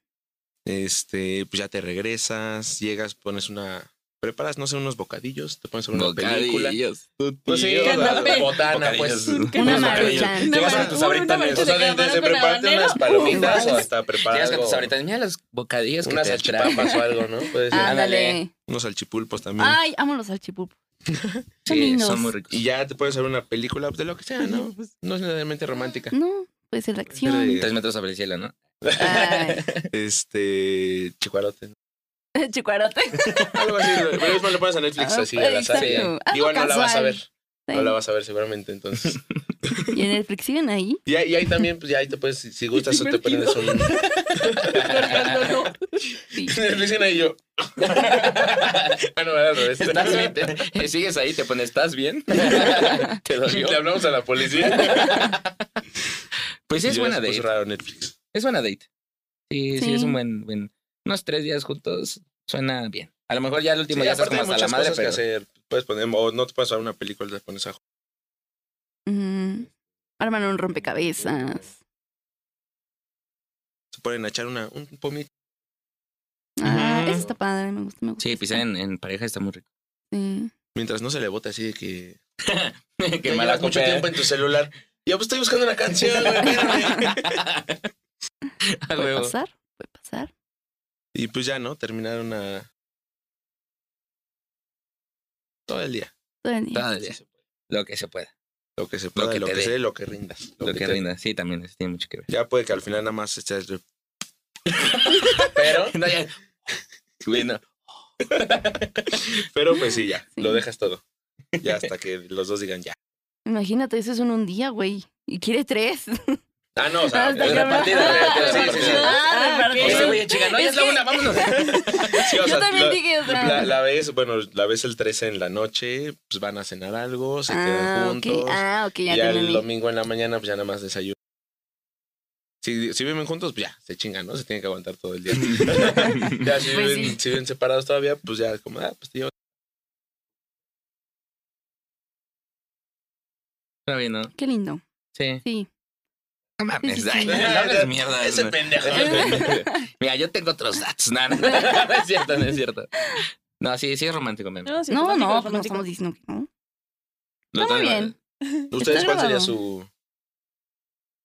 S6: Este, pues ya te regresas, llegas, pones una. Preparas, no sé, unos bocadillos, te pones a ver una película.
S4: Bocadillos.
S6: Pues sí,
S1: Canapé.
S6: o sea, botana, pues.
S4: Bocadillos.
S1: ¿Qué
S2: Una
S1: más?
S2: maruchan.
S1: Una
S3: Llegas a
S1: maruchan,
S3: tus
S1: una
S3: sabritas.
S1: maruchan
S6: O sea,
S1: de
S6: desde,
S1: camarón con
S6: prepararte
S1: habanero.
S6: unas palomitas
S2: Igual.
S6: o hasta preparar
S4: Llegas con
S6: algo,
S4: tus ahorita. Mira los bocadillos que
S6: unas
S4: te
S6: salchipapas o algo, ¿no? Puede ser.
S2: Ah. Ándale.
S6: Unos salchipulpos también.
S2: Ay, amo los salchipup. Son
S4: Sí,
S2: lindos.
S4: son muy ricos.
S6: Y ya te puedes ver una película pues, de lo que sea, ¿no? No es necesariamente romántica.
S2: No, puede ser la
S6: Pero
S2: acción.
S6: de-
S4: Tres metros sobre el cielo, ¿no?
S2: Ay,
S6: Este. Chicuarote.
S2: Chicuarote.
S6: Algo así. lo- Pero mismo le pones a Netflix
S2: Ah,
S6: así al azar.
S2: exacto.
S6: y-
S2: Algo
S6: Igual no la vas a
S2: casual.
S6: ver. No la vas a ver seguramente, entonces.
S2: Y en el siguen ahí.
S6: Y, ahí- y ahí también, pues ya ahí te puedes, si, si gustas, o te
S1: Divertido.
S6: prendes un. Netflix en ahí yo. bueno, era al revés.
S4: ¿Estás bien? Te- Sigues ahí, te pones, ¿estás bien? te dolió.
S6: Le hablamos a la policía.
S4: Pues sí, es
S6: Yo
S4: buena
S6: después
S4: date.
S6: raro Netflix.
S4: Es buena date. Sí, sí,
S2: Sí.
S4: es un buen, buen. Unos tres días juntos suena bien. A lo mejor ya el último
S6: Sí,
S4: ya estás
S6: aparte
S4: como
S6: hay
S4: hasta la
S6: muchas
S4: madre,
S6: cosas que
S4: pero.
S6: hacer. Puedes poner, o no te puedes ver una película, te pones a jugar.
S2: Ujú. Arman un rompecabezas.
S6: Se ponen a echar una, un pomito.
S2: Ah,
S4: Ujú.
S2: eso está padre, me gusta, me gusta.
S4: Sí, pisar en, en pareja está muy rico.
S2: Sí.
S6: Mientras no se le bote así de que.
S4: Qué
S6: ya
S4: mala
S6: llevas mucho
S4: copa, ¿eh?
S6: tiempo en tu celular. Yo pues estoy buscando una canción. güey, espérame.
S4: A
S2: Puede
S4: huevo.
S2: pasar, puede pasar.
S6: y pues ya, ¿no? Terminar una. Todo el día.
S2: Todo el día.
S4: Todo el día. Lo que se pueda.
S6: Lo que se pueda, lo
S4: que
S6: que,
S4: te dé.
S6: sea, y lo que rindas.
S4: Lo que
S6: te-
S4: rinda. Sí, también eso tiene mucho que ver.
S6: Ya puede que al final nada más estés.
S3: Pero
S4: No, ya. Güey, no.
S6: Pero pues sí, ya.
S2: Sí.
S6: Lo dejas todo. Ya hasta que los dos digan ya.
S2: Imagínate, eso es en un día, güey. Y quiere tres.
S6: Ah, no, o sea,
S2: Hasta
S6: es
S2: que-
S6: repartida,
S1: Ah,
S6: repartida, sí,
S1: repartida.
S6: sí, sí.
S2: Ah,
S1: ok.
S4: Oye,
S2: repartida.
S4: güey, chica, no, ya
S2: Es
S4: es la
S2: que-
S4: una, vámonos.
S6: Sí, o
S2: Yo
S6: sea,
S2: también
S6: la-
S2: dije, o sea. pues
S6: La, la ves, bueno, la ves el 13 en la noche, pues van a cenar algo, se
S2: ah,
S6: quedan juntos.
S2: ok. Ah, ok, ya
S6: y ya
S2: te
S6: el
S2: entendí.
S6: domingo en la mañana, pues ya nada más desayuno. Si, si viven juntos, pues ya, se chingan, ¿no? Se tienen que aguantar todo el día. ya, si,
S2: Pues
S6: viven,
S2: sí.
S6: si viven separados todavía, pues ya, como, ah, pues te llevo.
S4: Está bien, ¿no?
S2: Qué lindo.
S4: Sí.
S2: Sí.
S4: No mames,
S2: Sí, sí,
S4: ay,
S2: sí.
S4: no hables mierda. de
S6: Ese
S4: eso.
S6: pendejo.
S4: Mira, yo tengo otros datos. No, no, no, no es cierto, no es cierto. No, sí, sí es romántico, meme.
S1: No, sí,
S2: No,
S1: romántico,
S2: no, pues no
S1: romántico.
S2: estamos diciendo que no.
S4: Lo
S2: está muy
S4: tengo-
S2: bien.
S6: ¿Ustedes
S2: Está
S6: cuál sería
S2: grabado.
S6: su.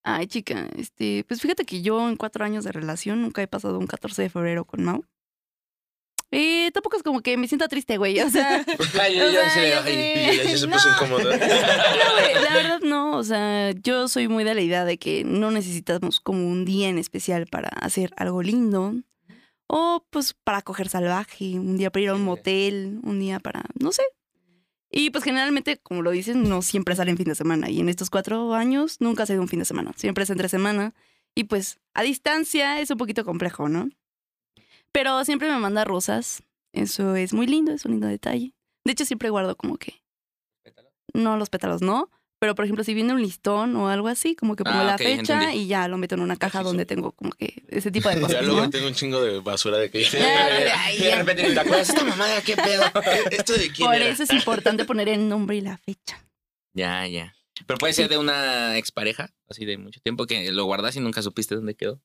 S2: Ay, chica, este, pues fíjate que yo en cuatro años de relación nunca he pasado un 14 de febrero con Mau. Eh, tampoco es como que me sienta triste, güey. O sea,
S4: Ay,
S2: O
S4: yo, yo
S2: sea,
S4: sí le
S2: yo
S4: ay,
S2: sé.
S6: Y ya se puso
S2: No. No,
S6: incómoda.
S2: güey, la verdad no, o sea, yo soy muy de la idea de que no necesitamos como un día en especial para hacer algo lindo. O pues para coger salvaje, un día para ir a un
S4: Sí.
S2: motel, un día para, no sé. Y pues generalmente, como lo dicen, no siempre sale en fin de semana. Y en estos cuatro años nunca ha salido un fin de semana, siempre es entre semana. Y pues a distancia es un poquito complejo, ¿no? Pero siempre me manda rosas. Eso es muy lindo, es un lindo detalle. De hecho, siempre guardo como que no, los pétalos no. Pero, por ejemplo, si viene un listón o algo así, como que pongo
S4: Ah,
S2: la
S4: ok,
S2: fecha
S4: entendí.
S2: y ya lo meto en una caja
S4: sí, sí.
S2: donde tengo como que ese tipo de
S6: Ya
S2: cosas.
S6: luego
S2: ¿no?
S6: tengo un chingo de basura de que
S2: Ay,
S4: Y de
S2: ya.
S4: repente, ¿te acuerdas de esta mamada? ¿Qué pedo?
S6: ¿Esto de quién
S2: Por
S6: era?
S2: eso es importante poner el nombre y la fecha.
S4: Ya, ya. Pero puede ser de una expareja, así de mucho tiempo, que lo guardas y nunca supiste dónde quedó.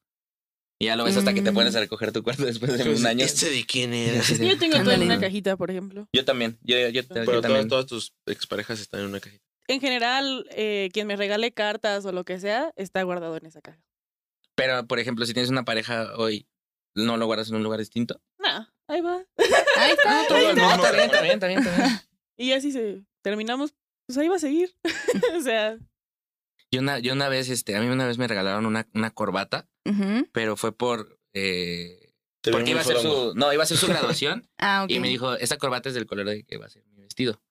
S4: Y ya lo ves hasta que te
S2: Mm.
S4: pones a recoger tu cuarto después de
S6: Pues,
S4: un año.
S6: ¿Este de quién era?
S4: Sí, sí.
S1: Yo tengo todo en
S2: Ándale.
S1: una cajita, por ejemplo.
S4: Yo también. Yo, yo, yo
S6: Pero todas,
S4: también.
S6: todas tus exparejas están en una cajita.
S1: En general, eh, quien me regale cartas o lo que sea, está guardado en esa caja.
S4: Pero, por ejemplo, si tienes una pareja hoy, ¿no lo guardas en un lugar distinto? Ah,
S1: Nah, ahí va.
S2: Ahí está.
S6: Todo el mismo
S4: también,
S6: cajón.
S4: también, también, también.
S1: Y ya si se terminamos, pues ahí va a seguir. o sea,
S4: Yo una, yo una vez, este, a mí una vez me regalaron una, una corbata,
S2: Ujú.
S4: pero fue por... eh,
S6: Te
S4: porque
S6: vi
S4: iba a
S6: muy
S4: ser
S6: fodongo.
S4: su... No, iba a ser su graduación.
S2: Ah, ok.
S4: Y me dijo, esta corbata es del color de que va a ser mi vestido.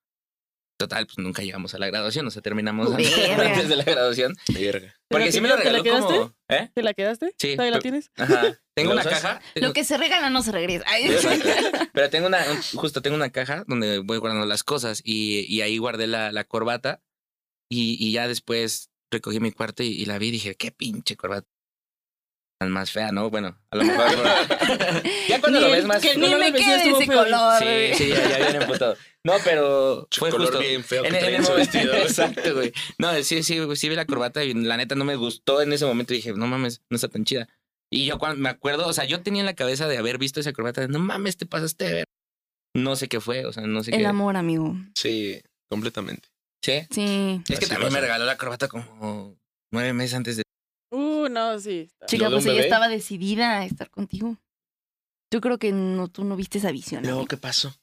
S4: Total, pues nunca llegamos a la graduación, o sea, terminamos antes,
S2: Verga.
S4: antes de la graduación.
S6: Verga.
S4: Porque
S1: la
S4: sí me lo
S1: quedaste?
S4: regaló
S1: ¿Te la quedaste?
S4: como... ¿Eh?
S1: ¿Te la quedaste?
S4: Sí,
S1: ¿Todavía la
S4: pe-
S1: tienes?
S4: Ajá. Tengo
S6: ¿La
S4: una
S6: usas?
S4: caja.
S2: Lo que se regala no se regresa. Ay,
S4: Pero tengo una, un- justo tengo una caja donde voy guardando las cosas y, y ahí guardé la, la corbata y, y ya después recogí mi cuarto y, y la vi y dije, qué pinche corbata. tan Más fea, ¿no? Bueno, a lo mejor. no. ya cuando
S1: Ni
S4: lo
S1: el-
S4: ves más.
S1: que
S2: que
S1: no
S2: ni
S1: lo
S2: me
S1: ves, ya
S2: quede
S1: estuvo
S2: ese
S1: feo. ¿eh?
S2: color.
S4: Sí, sí, ya, ya viene emputado. No, pero
S6: Che,
S4: fue
S6: color
S4: justo.
S6: bien feo que
S4: En, en
S6: traía
S4: el
S6: en su
S4: momento-
S6: vestido.
S4: Exacto, güey. No, sí, sí, güey, sí vi la corbata y la neta no me gustó en ese momento. Dije, no mames, no está tan chida. Y yo cuando me acuerdo, o sea, yo tenía en la cabeza de haber visto esa corbata, de, no mames, te pasaste de ver. No sé qué fue, o sea, no sé
S2: El
S4: qué.
S2: amor, amigo.
S6: Sí, completamente.
S4: Sí.
S2: Sí.
S4: Es
S6: Así
S4: que también
S6: pasa.
S4: me regaló la corbata como nueve meses antes de.
S1: Uh, no, sí. está-
S2: Chica,
S6: ¿Lo de un
S2: pues ella
S6: bebé?
S2: estaba decidida a estar contigo. Yo creo que no, tú no viste esa visión.
S6: Luego,
S2: amigo.
S6: ¿qué pasó?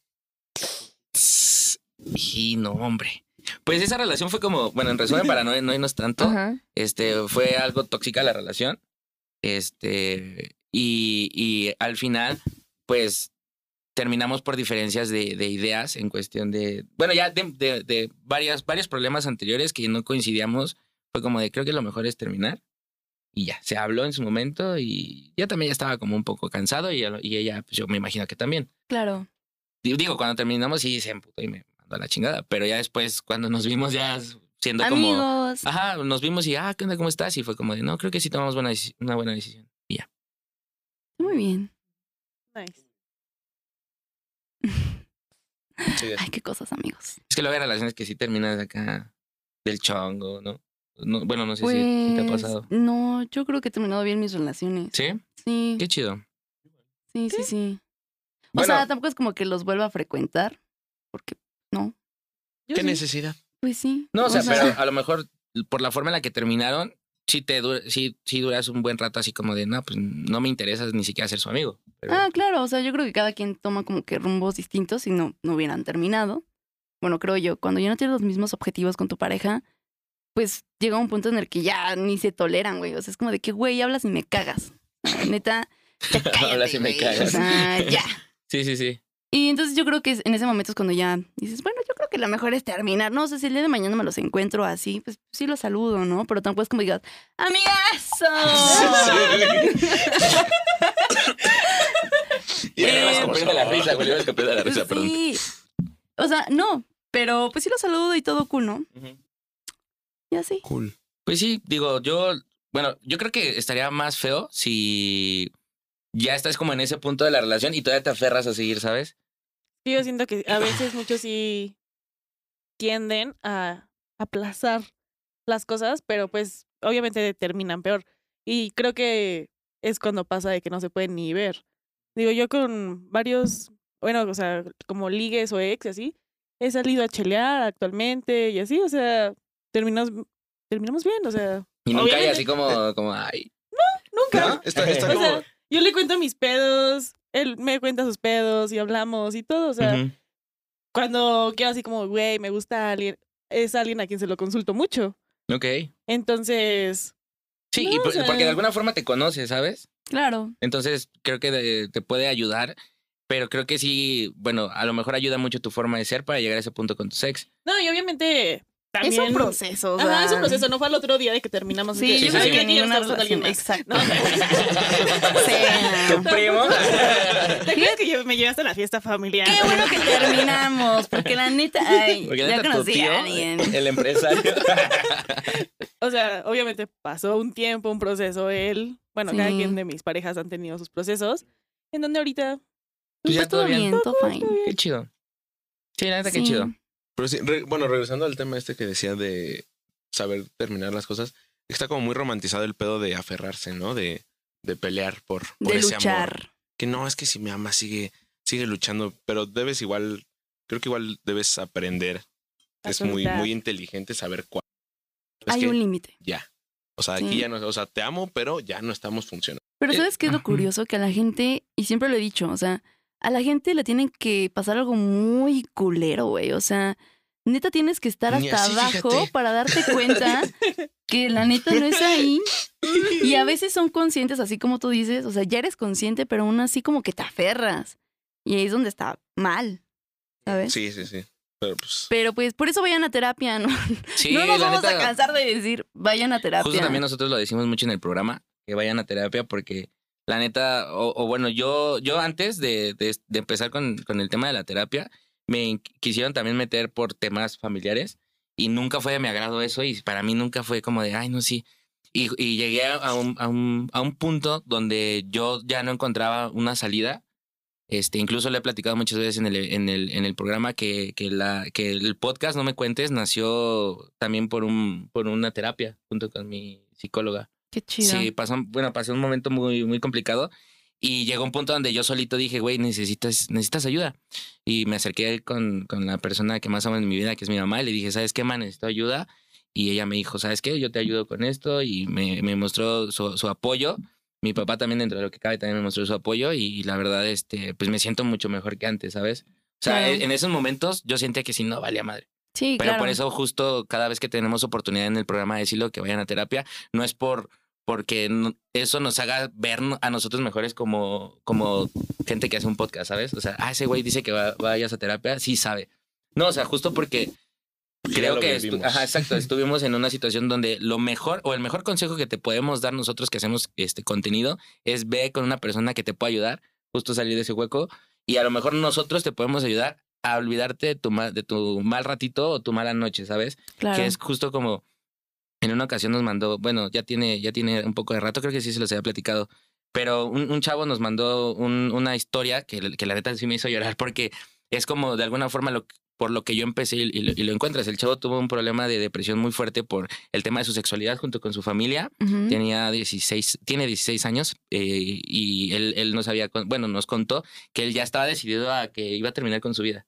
S4: Y no, hombre. Pues esa relación fue como, bueno, en resumen, para no, no irnos tanto,
S2: Ajá.
S4: este, fue algo tóxica la relación. Este, y, y al final, pues terminamos por diferencias de, de ideas en cuestión de, bueno, ya de, de, de varias, varios problemas anteriores que no coincidíamos, fue como de creo que lo mejor es terminar. Y ya, se habló en su momento y yo también ya estaba como un poco cansado y, y ella, pues yo me imagino que también.
S2: Claro.
S4: Digo, digo, cuando terminamos sí se emputó y me mandó a la chingada, pero ya después cuando nos vimos ya siendo como... Ah.
S2: Amigos.
S4: Ajá, nos vimos y, ah, ¿qué onda? ¿Cómo estás? Y fue como de, no, creo que sí tomamos buena deci- una buena decisión. Y ya.
S2: Muy bien.
S1: Nice.
S6: Sí,
S2: Ay, qué cosas, amigos.
S4: Es que luego hay relaciones que sí terminas acá del chongo, ¿no? No, bueno, no sé si- si, te ha
S2: Pues,
S4: pasado.
S2: No, yo creo que he terminado bien mis relaciones.
S4: ¿Sí?
S2: Sí,
S4: Qué chido.
S2: sí, sí, sí. O
S4: Bueno.
S2: sea, tampoco es como que los vuelva a frecuentar, porque,
S1: Yo
S6: ¿Qué
S1: sí.
S6: necesidad?
S2: pues sí.
S4: No, o, sea, pero a lo mejor por la forma en la que terminaron, sí, te dura, sí, sí duras un buen rato así como de, no, pues no me interesas ni siquiera ser su amigo. Pero-
S2: Ah, claro, o sea, yo creo que cada quien toma como que rumbos distintos y no, no hubieran terminado. Bueno, creo yo, cuando ya no tienes los mismos objetivos con tu pareja, pues llega un punto en el que ya ni se toleran, güey. O sea, es como de que, güey, hablas y me cagas. Ah, Neta, ya cállate,
S4: Hablas y me
S2: güey. O
S4: cagas.
S2: sea, ya.
S4: Sí, sí, sí.
S2: Y entonces yo creo que es- en ese momento es cuando ya dices, bueno, yo creo que lo mejor es terminar. No sé si el día de mañana me los encuentro así, pues sí los saludo, ¿no? Pero tampoco es como digas, amigazo.
S6: Y ahí
S4: Eh,
S6: vas como,
S4: escupir de la risa, güey, ibas a escupir de la risa, perdón.
S2: sí. O sea, no, pero pues sí los saludo y todo cool, ¿no?
S4: Ujú.
S2: Y así.
S6: Cool.
S4: Pues sí, digo, yo, bueno, yo creo que estaría más feo si ya estás como en ese punto de la relación y todavía te aferras a seguir, ¿sabes?
S1: Sí, yo siento que a veces muchos sí tienden a aplazar las cosas, pero pues obviamente terminan peor. Y creo que es cuando pasa de que no se pueden ni ver. Digo, yo con varios, bueno, o sea, como ligues o ex y así, he salido a chelear actualmente y así, o sea, terminamos, terminamos bien, o sea,
S4: Y nunca hay
S1: Obviamente.
S4: así como, como, ay,
S1: nunca.
S6: ¿No? Está, está
S1: O
S6: como...
S1: sea, yo le cuento mis pedos, él me cuenta sus pedos y hablamos y todo, o sea,
S4: ujú.
S1: cuando quiero así como, güey, me gusta alguien, es alguien a quien se lo consulto mucho.
S4: ok.
S1: Entonces,
S4: Sí,
S1: No,
S4: y
S1: o
S4: por-
S1: sea-
S4: porque de alguna forma te conoces, ¿sabes?
S2: Claro.
S4: Entonces creo que de- te puede ayudar, pero creo que sí, bueno, a lo mejor ayuda mucho tu forma de ser para llegar a ese punto con tu sex.
S1: no, y obviamente también...
S2: Es un proceso. o
S1: Ajá,
S2: sea.
S1: es un proceso, no fue al otro día de que terminamos.
S2: Sí,
S1: así que
S2: yo
S4: sí,
S2: creo
S4: sí.
S1: "Ay,
S2: que
S1: aquí ya
S2: ninguna
S1: estamos con alguien
S2: relación.
S1: más".
S2: Exacto.
S1: No,
S4: ¿Tu
S2: Sí.
S4: primo?
S1: ¿Te acuerdas que yo- me llevaste a la fiesta familiar?
S2: Qué bueno que terminamos, porque la neta, ay,
S4: Porque
S2: ya
S4: neta, tu
S2: conocí
S4: tío,
S2: a alguien.
S4: el empresario.
S1: O sea, obviamente pasó un tiempo, un proceso, él... Bueno, cada
S2: Sí.
S1: quien de mis parejas han tenido sus procesos, en donde ahorita...
S4: Pues ya
S2: Pues todo
S4: todo bien.
S2: bien, todo fine.
S4: Qué chido. Sí, la neta, qué
S2: Sí.
S4: chido.
S6: Pero sí, re- bueno, regresando al tema este que decía de saber terminar las cosas, está como muy romantizado el pedo de aferrarse, ¿no? De, de pelear por, por
S2: De
S6: ese amor.
S2: luchar.
S6: Que no, es que si me amas sigue, sigue luchando, pero debes igual, creo que igual debes aprender.
S1: A
S6: es muy,
S1: soltar.
S6: muy inteligente saber cuál. Es
S2: Hay
S6: que
S2: un límite.
S6: ya. O sea, aquí
S2: Sí.
S6: ya no, o sea, te amo, pero ya no estamos funcionando.
S2: Pero
S4: Eh,
S2: ¿sabes qué es lo
S4: ajá.
S2: curioso? Que a la gente, y siempre lo he dicho, o sea, a la gente le tienen que pasar algo muy culero, güey. O sea, neta tienes que estar
S6: Ni
S2: hasta
S6: así,
S2: abajo
S6: fíjate.
S2: para darte cuenta que la neta no es ahí. Y a veces son conscientes, así como tú dices, o sea, ya eres consciente, pero aún así como que te aferras. Y ahí es donde está mal, ¿sabes?
S6: Sí, sí, sí. Pero pues.
S2: Pero pues por eso vayan a terapia, ¿no?
S4: Sí,
S2: no nos
S4: la
S2: vamos
S4: neta,
S2: a cansar de decir, vayan a terapia.
S4: Justo también nosotros lo decimos mucho en el programa, que vayan a terapia porque la neta, o, o bueno, yo, yo antes de, de- de empezar con, con el tema de la terapia, me in- quisieron también meter por temas familiares y nunca fue de mi agrado eso y para mí nunca fue como de, ay, no, sí. Y, y llegué a a un, a un- a un punto donde yo ya no encontraba una salida. Este, incluso le he platicado muchas veces en el, e, en el, en el programa que, que, la, que el podcast No Me Cuentes nació también por, un, por una terapia junto con mi psicóloga.
S2: Qué chido.
S4: Sí, pasó, bueno, pasó un momento muy, muy complicado y llegó un punto donde yo solito dije, güey, necesitas, necesitas ayuda. Y me acerqué con, con la persona que más amo en mi vida, que es mi mamá, y le dije, ¿sabes qué, man? Necesito ayuda. Y ella me dijo, ¿sabes qué? Yo te ayudo con esto y me, me mostró su, su apoyo. Mi papá también, dentro de lo que cabe, también me mostró su apoyo y, la verdad, este, pues me siento mucho mejor que antes, ¿sabes? O sea,
S2: Claro.
S4: en en esos momentos yo sentía que si no, valía madre.
S2: Sí,
S4: Pero
S2: claro.
S4: por eso justo cada vez que tenemos oportunidad en el programa de decirlo que vayan a terapia, no es por porque no- eso nos haga ver no- a nosotros mejores como, como gente que hace un podcast, ¿sabes? O sea, ah, ese güey dice que va- vayas a terapia, sí sabe. No, o sea, justo porque
S6: ya
S4: creo
S6: lo
S4: que estu-
S6: vivimos.
S4: ajá, exacto, estuvimos en una situación donde lo mejor o el mejor consejo que te podemos dar nosotros que hacemos este contenido es ve con una persona que te pueda ayudar, justo salir de ese hueco y a lo mejor nosotros te podemos ayudar a olvidarte de tu mal, de tu mal ratito o tu mala noche, ¿sabes?
S2: claro.
S4: Que es justo como en una ocasión nos mandó, bueno, ya tiene, ya tiene un poco de rato, creo que sí se los había platicado, pero un, un chavo nos mandó un- una historia que, que la neta sí me hizo llorar porque es como de alguna forma lo, que- por lo que yo empecé y, y lo, y lo encuentras. El chavo tuvo un problema de depresión muy fuerte por el tema de su sexualidad junto con su familia
S2: Ujú.
S4: Tenía 16, tiene 16 años eh, y él, él nos había, con- bueno, nos contó que él ya estaba decidido a que iba a terminar con su vida.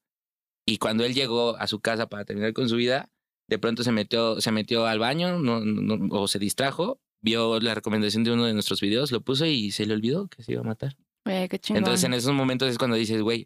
S4: Y cuando él llegó a su casa para terminar con su vida, de pronto se metió, se metió al baño no- no- no- o se distrajo, vio la recomendación de uno de nuestros videos, lo puso y se le olvidó que se iba a matar.
S2: Güey, Eh, qué chingón.
S4: Entonces en esos momentos es cuando dices, güey,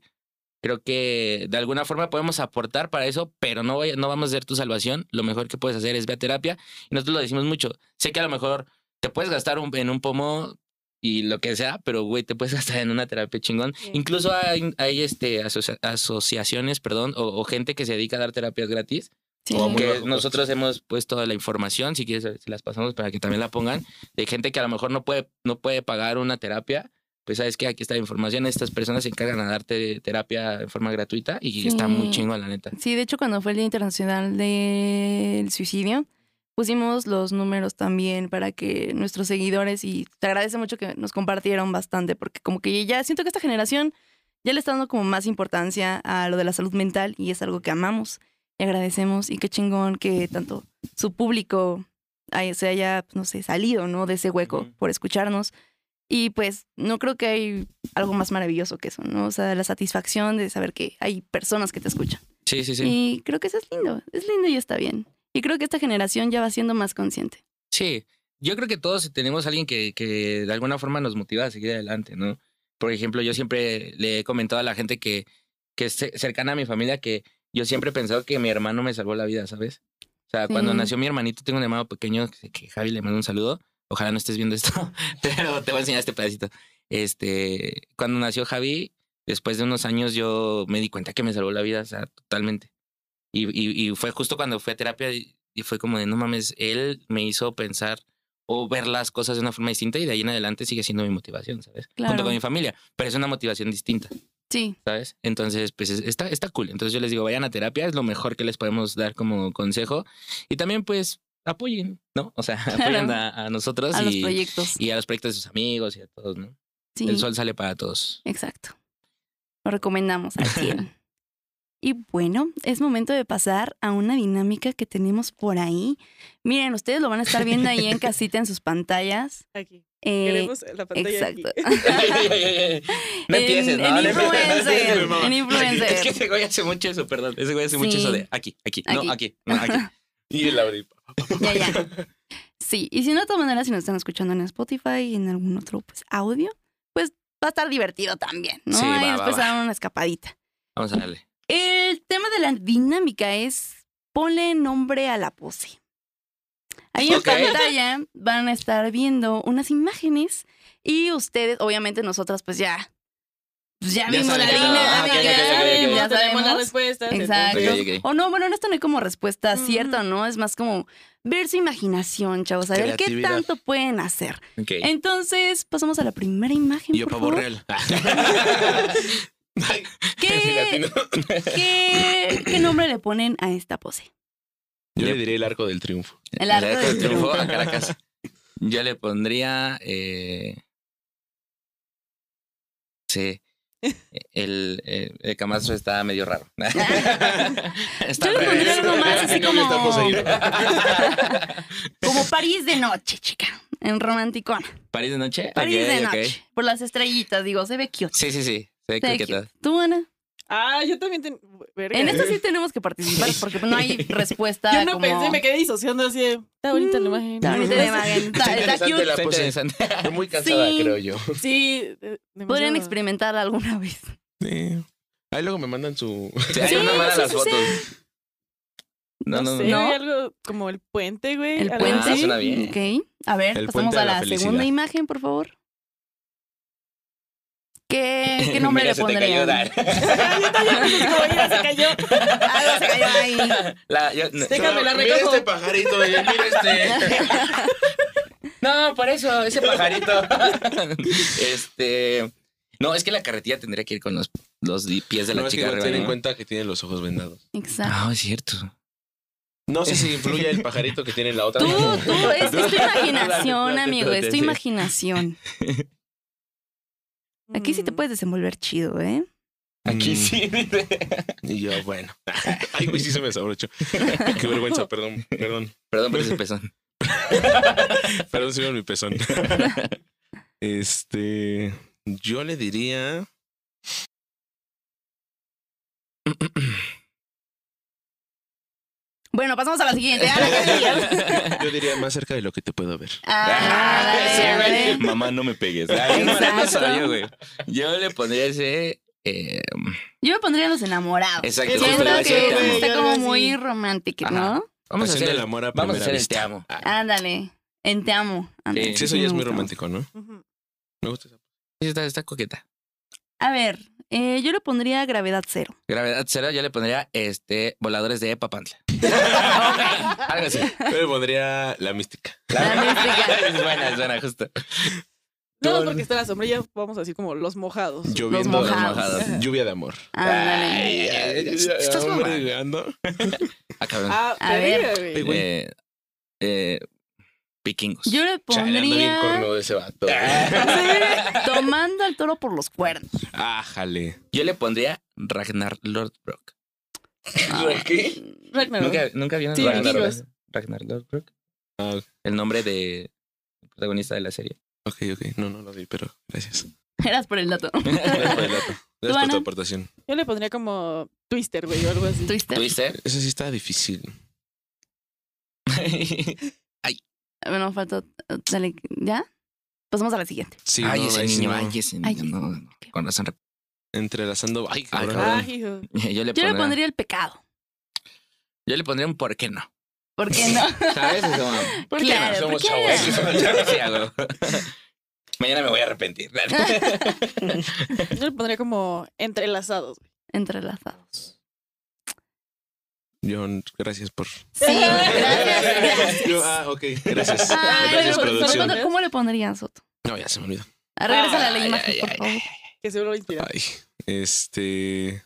S4: creo que de alguna forma podemos aportar para eso, pero no, vaya- no vamos a hacer tu salvación. Lo mejor que puedes hacer es ve a terapia. Y nosotros lo decimos mucho. Sé que a lo mejor te puedes gastar un- en un pomo y lo que sea, pero güey, te puedes gastar en una terapia chingón.
S1: Sí.
S4: Incluso hay, hay, este, asocia- asociaciones, perdón, o, o gente que se dedica a dar terapias gratis,
S2: Sí.
S6: o a muy
S4: que
S6: bajo costo.
S4: nosotros hemos puesto la información, si quieres se las pasamos para que también la pongan, de gente que a lo mejor no puede, no puede pagar una terapia. Pues sabes que aquí está la información, estas personas se encargan a darte terapia en forma gratuita y está muy
S2: Sí.
S4: chingo, la neta.
S2: Sí, de hecho, cuando fue el Día Internacional del Suicidio, pusimos los números también para que nuestros seguidores, y te agradece mucho que nos compartieron bastante, porque como que ya siento que esta generación ya le está dando como más importancia a lo de la salud mental y es algo que amamos y agradecemos. Y qué chingón que tanto su público ay- se haya, pues, no sé, salido, ¿no? De ese hueco
S4: Ujú.
S2: por escucharnos. Y pues no creo que hay algo más maravilloso que eso, ¿no? O sea, la satisfacción de saber que hay personas que te escuchan.
S4: Sí, sí, sí.
S2: Y creo que eso es lindo, es lindo y está bien. Y creo que esta generación ya va siendo más consciente.
S4: Sí, yo creo que todos tenemos a alguien que, que de alguna forma nos motiva a seguir adelante, ¿no? Por ejemplo, yo siempre le he comentado a la gente que, que es ce- cercana a mi familia que yo siempre he pensado que mi hermano me salvó la vida, ¿sabes? O sea, cuando
S2: Sí.
S4: nació mi hermanito, tengo un hermano pequeño que, que Javi le mando un saludo. Ojalá no estés viendo esto, pero te voy a enseñar este pedacito. Este, cuando nació Javi, después de unos años yo me di cuenta que me salvó la vida, o sea, totalmente. Y, y- y fue justo cuando fui a terapia y y fue como de, no mames, él me hizo pensar o ver las cosas de una forma distinta y de ahí en adelante sigue siendo mi motivación, ¿sabes?
S2: Claro.
S4: Junto con mi familia, pero es una motivación distinta,
S2: Sí,
S4: ¿sabes? Entonces, pues es- está, está cool. Entonces yo les digo, vayan a terapia, es lo mejor que les podemos dar como consejo y también pues apoyen, ¿no? O sea, apoyen a, a nosotros
S2: a los
S4: y,
S2: proyectos.
S4: Ah, y a los proyectos de sus amigos y a todos, ¿no?
S2: Sí,
S4: El sol sale para todos.
S2: exacto. Lo recomendamos al 100. y bueno, es momento de pasar a una dinámica que tenemos por ahí. Miren, ustedes lo van a estar viendo ahí en casita en sus pantallas.
S1: Aquí.
S2: Eh,
S1: Queremos la pantalla
S2: exacto.
S1: aquí.
S4: no
S2: En-
S4: empieces, no,
S2: en
S4: no
S2: influencer,
S4: empieces.
S2: en influencer.
S4: Es que ese güey hace mucho eso, perdón. Ese güey hace mucho
S2: Este, Sí.
S4: eso de aquí, aquí,
S2: Aquí.
S4: no, aquí, no, aquí.
S6: Y el abrir.
S2: Ya, ya. Sí, y si no, de todas maneras, si nos están escuchando en Spotify y en algún otro pues, audio, pues va a estar divertido también, ¿no?
S4: Sí, va,
S2: y
S4: va,
S2: después
S4: va.
S2: dar una escapadita.
S4: Vamos a darle.
S2: El tema de la dinámica es ponle nombre a la pose. Ahí
S4: Ok.
S2: en pantalla van a estar viendo unas imágenes y ustedes, obviamente nosotras pues ya pues ya,
S4: Ya
S2: vimos la
S4: sabes, ya
S2: línea,
S4: sabes, ah, ya, ya, ya,
S2: ya
S4: ya, ya,
S1: Ya tenemos las
S2: sabemos.
S1: respuestas.
S2: Exacto.
S4: Ok, ok.
S2: O no, bueno, en esto no hay como respuesta
S1: Ujú.
S2: cierta, ¿no? Es más como ver su imaginación, chavos, a ver qué
S6: Creatividad.
S2: tanto pueden hacer.
S4: Ok.
S2: Entonces, pasamos a la primera imagen.
S6: Y yo
S2: por
S6: pavo
S2: favor.
S6: real. Sí,
S2: ¿Qué,
S6: latino.
S2: qué, qué nombre le ponen a esta pose?
S6: Yo le diría el arco del triunfo.
S2: El arco del
S4: del triunfo a Caracas. Yo le pondría. Eh, sí. El, el, el camastro está medio raro. Está
S2: Yo le
S4: al revés.
S2: pondría algo más así
S6: Ese niño está
S2: como,
S6: poseído.
S2: como París de noche, chica, en romanticona.
S4: ¿París de noche?
S2: París
S4: Ok,
S2: de
S4: ok.
S2: noche, por las estrellitas, digo, se ve cute.
S4: Sí, sí, sí. Se ve
S2: Se ve
S4: coqueta.
S2: cute. Tú, Ana,
S1: Ah, yo también. ten- verga.
S2: en esto sí tenemos que participar porque no hay respuesta.
S1: Yo no
S2: como-
S1: pensé, me quedé disociando así de. "Mm". Está bonita la imagen.
S2: Está bonita la imagen, está- está
S6: interesante
S2: cute.
S6: la
S4: Está
S6: pose.
S4: interesante.
S6: Estoy muy cansada,
S2: Sí.
S6: creo yo.
S1: Sí. eh, demasiado.
S2: Podrían experimentar alguna vez.
S6: Sí. Ahí luego me mandan su.
S4: Sí, ahí
S2: Sí,
S4: no me mandan
S2: sí,
S4: las
S2: sí,
S4: fotos.
S1: No,
S4: No, no, no.
S1: sé,
S2: ¿No?
S1: hay algo como el puente, güey.
S2: El
S1: algo
S2: puente.
S4: Ah,
S1: así.
S4: suena bien.
S2: Ok. A ver,
S6: El
S2: pasamos
S6: puente
S2: a
S6: a la
S2: la,
S6: felicidad.
S2: segunda imagen, por favor. ¿Qué, qué nombre
S4: Mira,
S2: le pondrían?
S4: Se te cayó dar.
S1: Ah, yo también pensé como ya se cayó.
S2: Algo Ah, se cayó ahí.
S4: La- yo- no.
S1: Déjame la
S6: Mira
S1: recojo.
S6: este pajarito. eh, Mira este.
S4: No, por eso, ese pajarito. este. No, es que la carretilla tendría que ir con los, los di- pies de la
S6: No, es que
S4: chica
S6: igual
S4: arriba,
S6: ten en
S4: ¿no?
S6: cuenta que tiene los ojos vendados.
S2: Exacto.
S4: Ah, es cierto.
S6: No sé si influye el pajarito que tiene en la otra.
S2: Tú, tú, es, es tu imaginación,
S4: Date,
S2: amigo,
S4: date,
S2: es tu
S4: sí.
S2: imaginación. Aquí sí te
S1: Mm.
S2: puedes desenvolver chido, ¿eh?
S4: Aquí
S6: Mm.
S4: sí.
S6: Y yo, bueno. Ay, güey, sí se me desabrochó. Qué vergüenza, perdón, perdón.
S4: Perdón por ese pezón.
S6: Perdón, se vio mi pezón. Este. Yo le diría.
S2: Bueno, pasamos a la siguiente. Ana, ¿qué dirías?
S6: Yo diría más cerca de lo que te puedo ver.
S2: Ah, dale,
S4: sí, güey.
S2: dale.
S4: Mamá, no me pegues. Ay, no,
S2: Exacto.
S4: no sabía, güey. Yo le pondría ese. eh,
S2: Yo me pondría los enamorados.
S4: exacto.
S1: Eso
S4: justo
S2: Siento
S4: iba a
S1: creo
S2: que
S4: decir, te amo.
S1: güey,
S2: está
S1: algo
S2: como
S1: así.
S2: muy romántico, ¿no?
S4: Vamos a
S6: Haciendo
S4: hacer
S6: el amor a
S4: Vamos a
S6: primera
S4: hacer el
S6: vista.
S4: te amo.
S2: Ándale. En te amo. ándale.
S4: Sí,
S6: Sí, eso ya
S2: Me
S6: es muy
S2: gusta.
S6: romántico, ¿no?
S1: Ujú.
S6: Me gusta esa.
S4: Sí, Está, está coqueta.
S2: A ver, eh, yo le pondría gravedad cero.
S4: Gravedad cero, yo le pondría este voladores de Papantla. Algo así.
S6: Yo le pondría la mística.
S2: La mística.
S4: es buena, es buena, justo.
S1: No, porque está la sombrilla, vamos a decir como los mojados.
S6: Lloviendo.
S2: Los mojados.
S6: Lluvia de amor.
S2: Ándale.
S4: Estás mamá.
S6: llegando.
S4: Ah, cabrón.
S1: Ah,
S2: A
S1: verga, güey.
S6: güey.
S4: Eh, eh, vikingos.
S2: Yo le
S6: Chale, anda bien
S2: pondría
S6: cornudo ese vato.
S2: tomando al toro por los cuernos.
S6: Ah, jale.
S4: Yo le pondría Ragnar Lordbrook.
S6: ¿Qué?
S1: Ragnarok.
S4: ¿Nunca, ¿Nunca vieron
S1: Ah. Sí,
S4: Ragnar,
S1: vikingos.
S4: Ragnar Lordbrook?
S6: Ah,
S4: El nombre de el protagonista de la serie.
S6: ok, ok. No, no lo vi, pero gracias.
S2: Eras por el dato.
S6: Gracias por el dato. Gracias por
S2: Ana?
S6: tu aportación.
S1: Yo le pondría como Twister, güey, o algo así.
S2: Twister.
S4: ¿Twister?
S6: Eso sí está difícil.
S2: Bueno, faltó. Dale, ¿ya? Pasamos a la siguiente.
S6: Sí,
S4: ay,
S6: no,
S4: ese
S6: ahí sí
S4: niño,
S6: no.
S4: ay, ese
S2: Ay,
S4: niño. no, no, con razón. rep-
S6: Entrelazando. Ay, cabrón.
S1: Ah, hijo.
S4: Yo
S2: Yo
S4: le, pondría,
S2: le pondría el pecado.
S4: yo le pondría un por qué no.
S2: ¿Por qué no?
S4: ¿Sabes? Es como, ¿Por
S2: Claro,
S4: qué no?
S2: ¿por
S4: Somos
S2: qué
S4: chavos. Somos chavos, sí, a huevo. Mañana me voy a arrepentir.
S1: Yo le pondría como entrelazados. güey.
S2: Entrelazados.
S6: John, gracias por.
S2: Sí, gracias. gracias.
S6: Yo, ah, ok. Gracias.
S2: Ay,
S6: gracias,
S1: pero-
S6: producción.
S1: pero-
S2: ¿Cómo le pondrían, Soto?
S6: No, ya se me olvidó.
S2: Ah, Regrésale a la
S4: Ay,
S2: imagen,
S4: ay,
S2: por
S4: ay,
S2: favor.
S1: Que seguro lo inspira.
S6: Ay, este.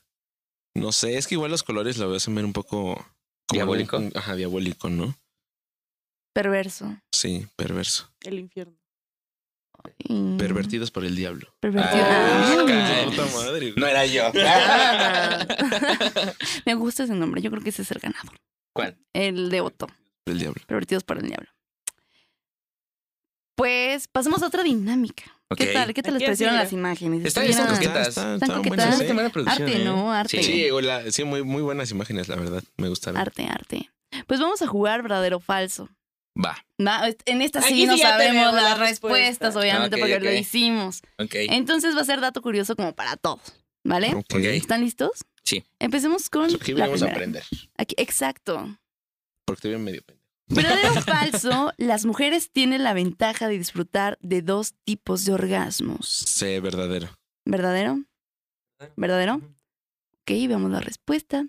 S6: No sé, es que igual los colores la voy a ver un poco. como
S4: Diabólico.
S6: algún- ajá, diabólico, ¿no?
S2: Perverso.
S6: Sí, perverso.
S1: El infierno.
S2: Mm,
S6: Pervertidos por el diablo.
S2: Pervertido.
S4: Ah,
S2: Ah.
S4: caray.
S6: Puta madre, güey.
S4: No era yo.
S2: Me gusta ese nombre, yo creo que ese es el ganador.
S4: ¿Cuál?
S2: El de Otto,
S6: Por el diablo.
S2: pervertidos para el diablo. Pues pasemos a otra dinámica. ¿Qué
S4: Ok.
S2: tal? ¿Qué tal les
S1: Aquí así,
S2: parecieron
S1: mira.
S2: las imágenes?
S4: Está-
S2: Estuvieron-
S4: está coqueta. Coquetas.
S2: Están coquetas.
S6: buenas,
S2: Sí,
S6: ¿eh?
S2: Arte, ¿no? Arte.
S6: Sí, hola, sí muy, muy buenas imágenes, la verdad. Me gustaron.
S2: Arte, arte. Pues vamos a jugar verdadero o falso.
S4: Va.
S2: Va, En esta sí
S1: Aquí
S2: no
S1: sí ya
S2: sabemos
S1: tenemos
S2: las
S1: la
S2: respuestas,
S1: respuesta.
S2: obviamente,
S4: Ok,
S2: porque lo
S4: ok.
S2: hicimos.
S4: Ok.
S2: Entonces va a ser dato curioso como para todos, ¿vale?
S6: Ok.
S4: Ok.
S2: ¿Están listos?
S4: Sí.
S2: Empecemos con
S6: Pues Aquí
S2: la
S6: venimos a
S2: primera.
S6: aprender.
S2: Aquí, exacto.
S6: Porque te veo medio pendejo.
S2: Verdadero o falso, las mujeres tienen la ventaja de disfrutar de dos tipos de orgasmos.
S6: Sí, verdadero.
S2: ¿Verdadero? ¿Verdadero? Ok, veamos la respuesta.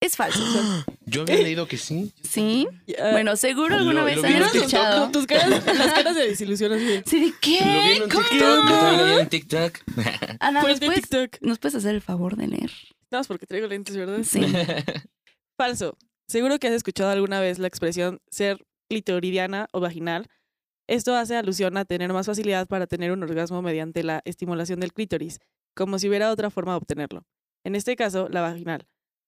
S2: Es falso.
S6: Yo
S2: Eh,
S6: había leído que sí.
S2: ¿Sí?
S1: Ya.
S2: Bueno, seguro alguna
S6: Lo-
S2: vez
S6: lo
S2: han
S1: ¿Vieron tus,
S2: escuchado.
S1: tus caras, las caras de desilusión así de,
S2: Sí, ¿de
S6: Lo vi
S2: qué?
S6: en un
S2: eh, ¿Cómo?
S6: TikTok.
S4: Yo también lo vi en TikTok.
S2: Ana,
S1: "Ponte
S2: ¿nos puedes,
S1: "Pues, TikTok.
S2: nos puedes hacer el favor de leer?
S1: Nada más porque traigo lentes, ¿verdad?
S2: Sí.
S1: Falso. Seguro que has escuchado alguna vez la expresión ser clitoridiana o vaginal. Esto hace alusión a tener más facilidad para tener un orgasmo mediante la estimulación del clítoris, como si hubiera otra forma de obtenerlo. En este caso, la vaginal.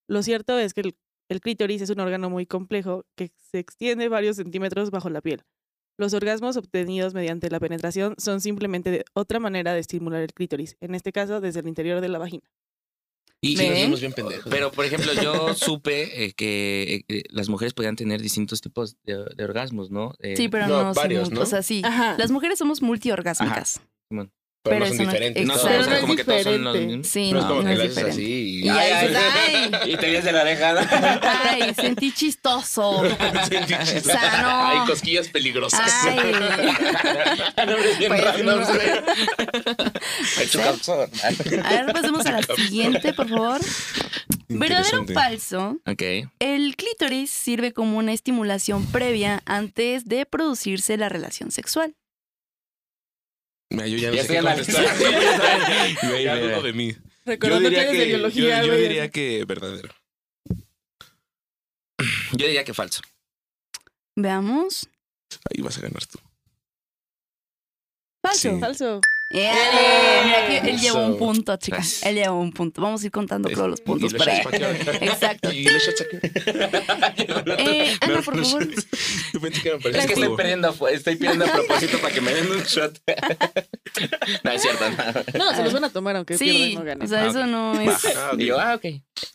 S1: Lo cierto es que el, el clítoris es un órgano muy complejo que se extiende varios centímetros bajo la piel. Los orgasmos obtenidos mediante la penetración son simplemente de otra manera de estimular el clítoris, en este caso desde el interior de la vagina.
S4: Y,
S2: Sí, nos vemos
S6: Pues bien pendejos.
S4: Pero, por ejemplo, yo supe eh, que eh, las mujeres podían tener distintos tipos de, de orgasmos, ¿no? Eh,
S2: Sí, pero no, son
S6: No, varios,
S2: muchos,
S6: ¿no?
S2: O sea, sí.
S1: Ajá.
S2: Las mujeres somos multiorgásmicas.
S6: Pero,
S2: Pero
S6: no son
S2: eso no-
S6: diferentes.
S4: No,
S2: exacto.
S4: o sea,
S1: Pero no es
S4: como que todos son los
S1: diferente.
S4: mismos.
S2: Sí,
S6: No
S2: no,
S6: es como
S2: no
S6: que
S2: es
S6: le haces
S2: diferente.
S6: así
S2: Y
S6: y...
S2: ahí
S4: Ay,
S2: dices, ay,
S4: Y te vienes de la dejada.
S2: ay, sentí chistoso. Sano.
S6: Hay cosquillas peligrosas.
S2: Ay. Pues, no sé.
S4: Ay, tu calzón.
S2: A ver, pasemos a la siguiente, por favor. ¿Verdadero o
S6: Interesante.
S2: falso?
S4: Ok.
S2: El clítoris sirve como una estimulación previa antes de producirse la relación sexual.
S6: Mira, yo ya no
S4: Ya estoy
S6: sé qué
S4: analizando.
S6: contestar. Güey, ya dudo de mí. Yo
S1: Recordando que
S6: diría
S1: eres de
S6: que,
S1: biología,
S6: yo- yo
S1: güey.
S6: diría que verdadero.
S4: Yo diría que falso.
S2: Veamos.
S6: Ahí vas a ganar tú.
S2: Falso.
S6: Sí.
S1: Falso.
S2: ¡Eh! Mira que él llevó un punto, chicas. Él llevó un punto. Vamos a ir contando todos los puntos
S6: Y los
S2: para
S4: ¿eh?
S6: shots pa' acá.
S2: Exacto.
S6: Y los shots acá.
S2: Eh, Ana, por
S6: Los
S2: favor.
S6: shots. Yo pensé que eran para
S4: Es
S6: el
S4: que estoy
S6: jugo.
S4: pidiendo, estoy pidiendo a propósito para que me den un shot. no, es cierto. No.
S1: No, se los van a tomar aunque pierdan
S2: Sí,
S1: no ganen.
S2: o sea,
S4: Ah,
S2: eso no es.
S6: Ah, ok.
S4: Y yo, ah, ok.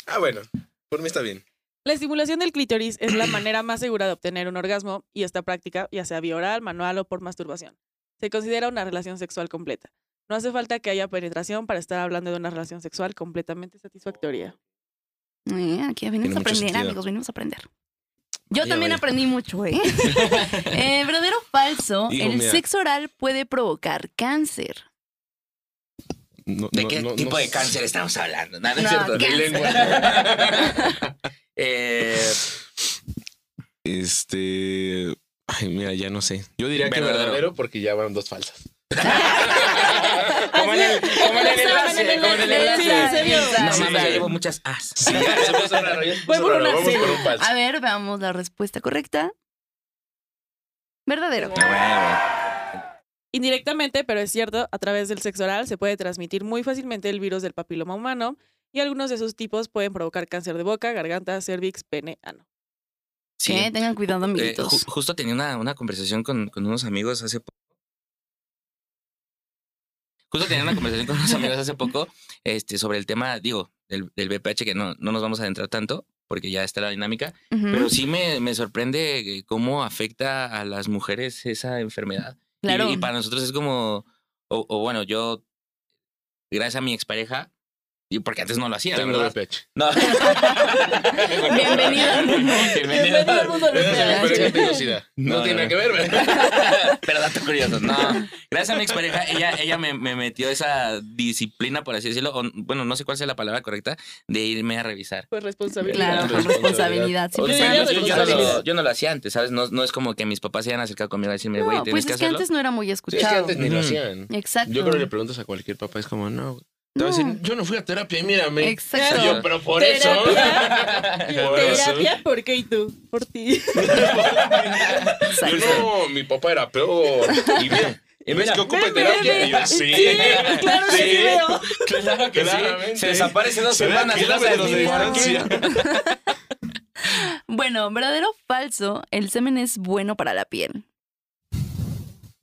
S6: Ah, bueno. Por mí está bien.
S1: La estimulación del clítoris es la manera más segura de obtener un orgasmo y esta práctica, ya sea vía oral, manual o por masturbación, se considera una relación sexual completa. No hace falta que haya penetración para estar hablando de una relación sexual completamente satisfactoria.
S2: Eh, aquí venimos
S6: Tiene
S2: a
S6: mucho
S2: aprender,
S6: sentido.
S2: amigos, venimos a aprender. Yo
S6: Vaya,
S2: también
S6: vaya.
S2: aprendí mucho, ¿eh? Eh, ¿Verdadero o falso?
S6: Hijo
S2: el
S6: mía.
S2: sexo oral puede provocar cáncer.
S6: No,
S4: ¿De
S6: no,
S4: qué
S6: no,
S4: tipo
S6: no
S4: de
S6: sé.
S4: cáncer estamos hablando? No,
S2: No,
S4: no, es cierto. De
S2: cáncer.
S4: lengua. eh,
S6: Este. Ay, mira, ya no sé. Yo diría que
S4: Verdadero.
S6: verdadero porque ya van dos falsas.
S4: como en el, como en el enlace. Como en el
S1: Sí, en
S4: enlace.
S1: serio.
S4: No
S2: Exacto.
S4: mames, ya llevo muchas as.
S6: se puso raro, ya se
S1: Voy
S6: puso
S1: por
S6: raro.
S1: una
S6: Vamos
S1: C.
S6: por un falso.
S2: A ver, veamos la respuesta correcta. Verdadero.
S1: Ah, Indirectamente, pero es cierto, a través del sexo oral se puede transmitir muy fácilmente el virus del papiloma humano y algunos de sus tipos pueden provocar cáncer de boca, garganta, cervix, pene, ano.
S4: Sí.
S2: ¿Qué? Tengan cuidado,
S4: Eh,
S2: amiguitos.
S4: ju- justo tenía una, una conversación con, con unos amigos hace poco. Justo tenía una conversación con unos amigos hace poco este, sobre el tema, digo, del, del VPH, que no, no nos vamos a adentrar tanto porque ya está la dinámica,
S2: Ujú,
S4: pero sí me, me sorprende eh, cómo afecta a las mujeres esa enfermedad. Y-
S2: claro.
S4: Y, para nosotros es como, o, o bueno, yo, gracias a mi expareja, y porque antes no lo hacía, la
S6: Tengo
S4: verdad.
S6: VPH.
S4: No.
S2: Bienvenido al mundo.
S1: Bienvenido al mundo del
S6: Pero se me
S1: VPH.
S6: parece que tengo sida.
S4: No,
S6: No,
S4: no,
S6: tiene nada
S4: no.
S6: que ver, ¿verdad?
S4: Pero dato curioso, no. Gracias a mi expareja, ella, ella me, me metió esa disciplina, por así decirlo, o, bueno, no sé cuál sea la palabra correcta, de irme a revisar.
S1: Pues responsabilidad.
S2: Claro, con
S6: responsabilidad.
S2: responsabilidad. sí,
S1: O
S4: O
S1: sea,
S2: claro.
S4: sea, yo, yo- yo no lo,
S1: responsabilidad.
S4: yo no lo hacía antes, ¿sabes? No, no es como que mis papás se hayan acercado conmigo a decirme, güey,
S2: No,
S4: tienes
S2: pues
S4: que
S2: es que
S4: hacerlo.
S2: antes no era muy
S6: Es que
S2: escuchado.
S6: antes ni lo hacían.
S2: Exacto.
S6: Yo creo que le preguntas a cualquier papá, es como, no, güey. Te va a
S2: No.
S6: decir, yo no fui a terapia y mírame.
S2: Exacto.
S6: Y yo, pero por eso.
S1: Terapia.
S6: Por eso.
S1: Terapia, ¿por qué y tú? Por ti.
S6: Yo,
S2: Exacto.
S6: no, mi papá era peor. Y mira, y ves que ocupa terapia. Y yo, sí.
S1: claro que sí veo.
S4: Claro
S6: que sí. Claramente.
S4: Se desaparece dos
S6: Se ve
S4: semanas y no sabes
S6: kilómetros
S4: ni
S6: de
S4: por qué.
S6: distancia.
S2: Bueno, verdadero o falso, el semen es bueno para la piel.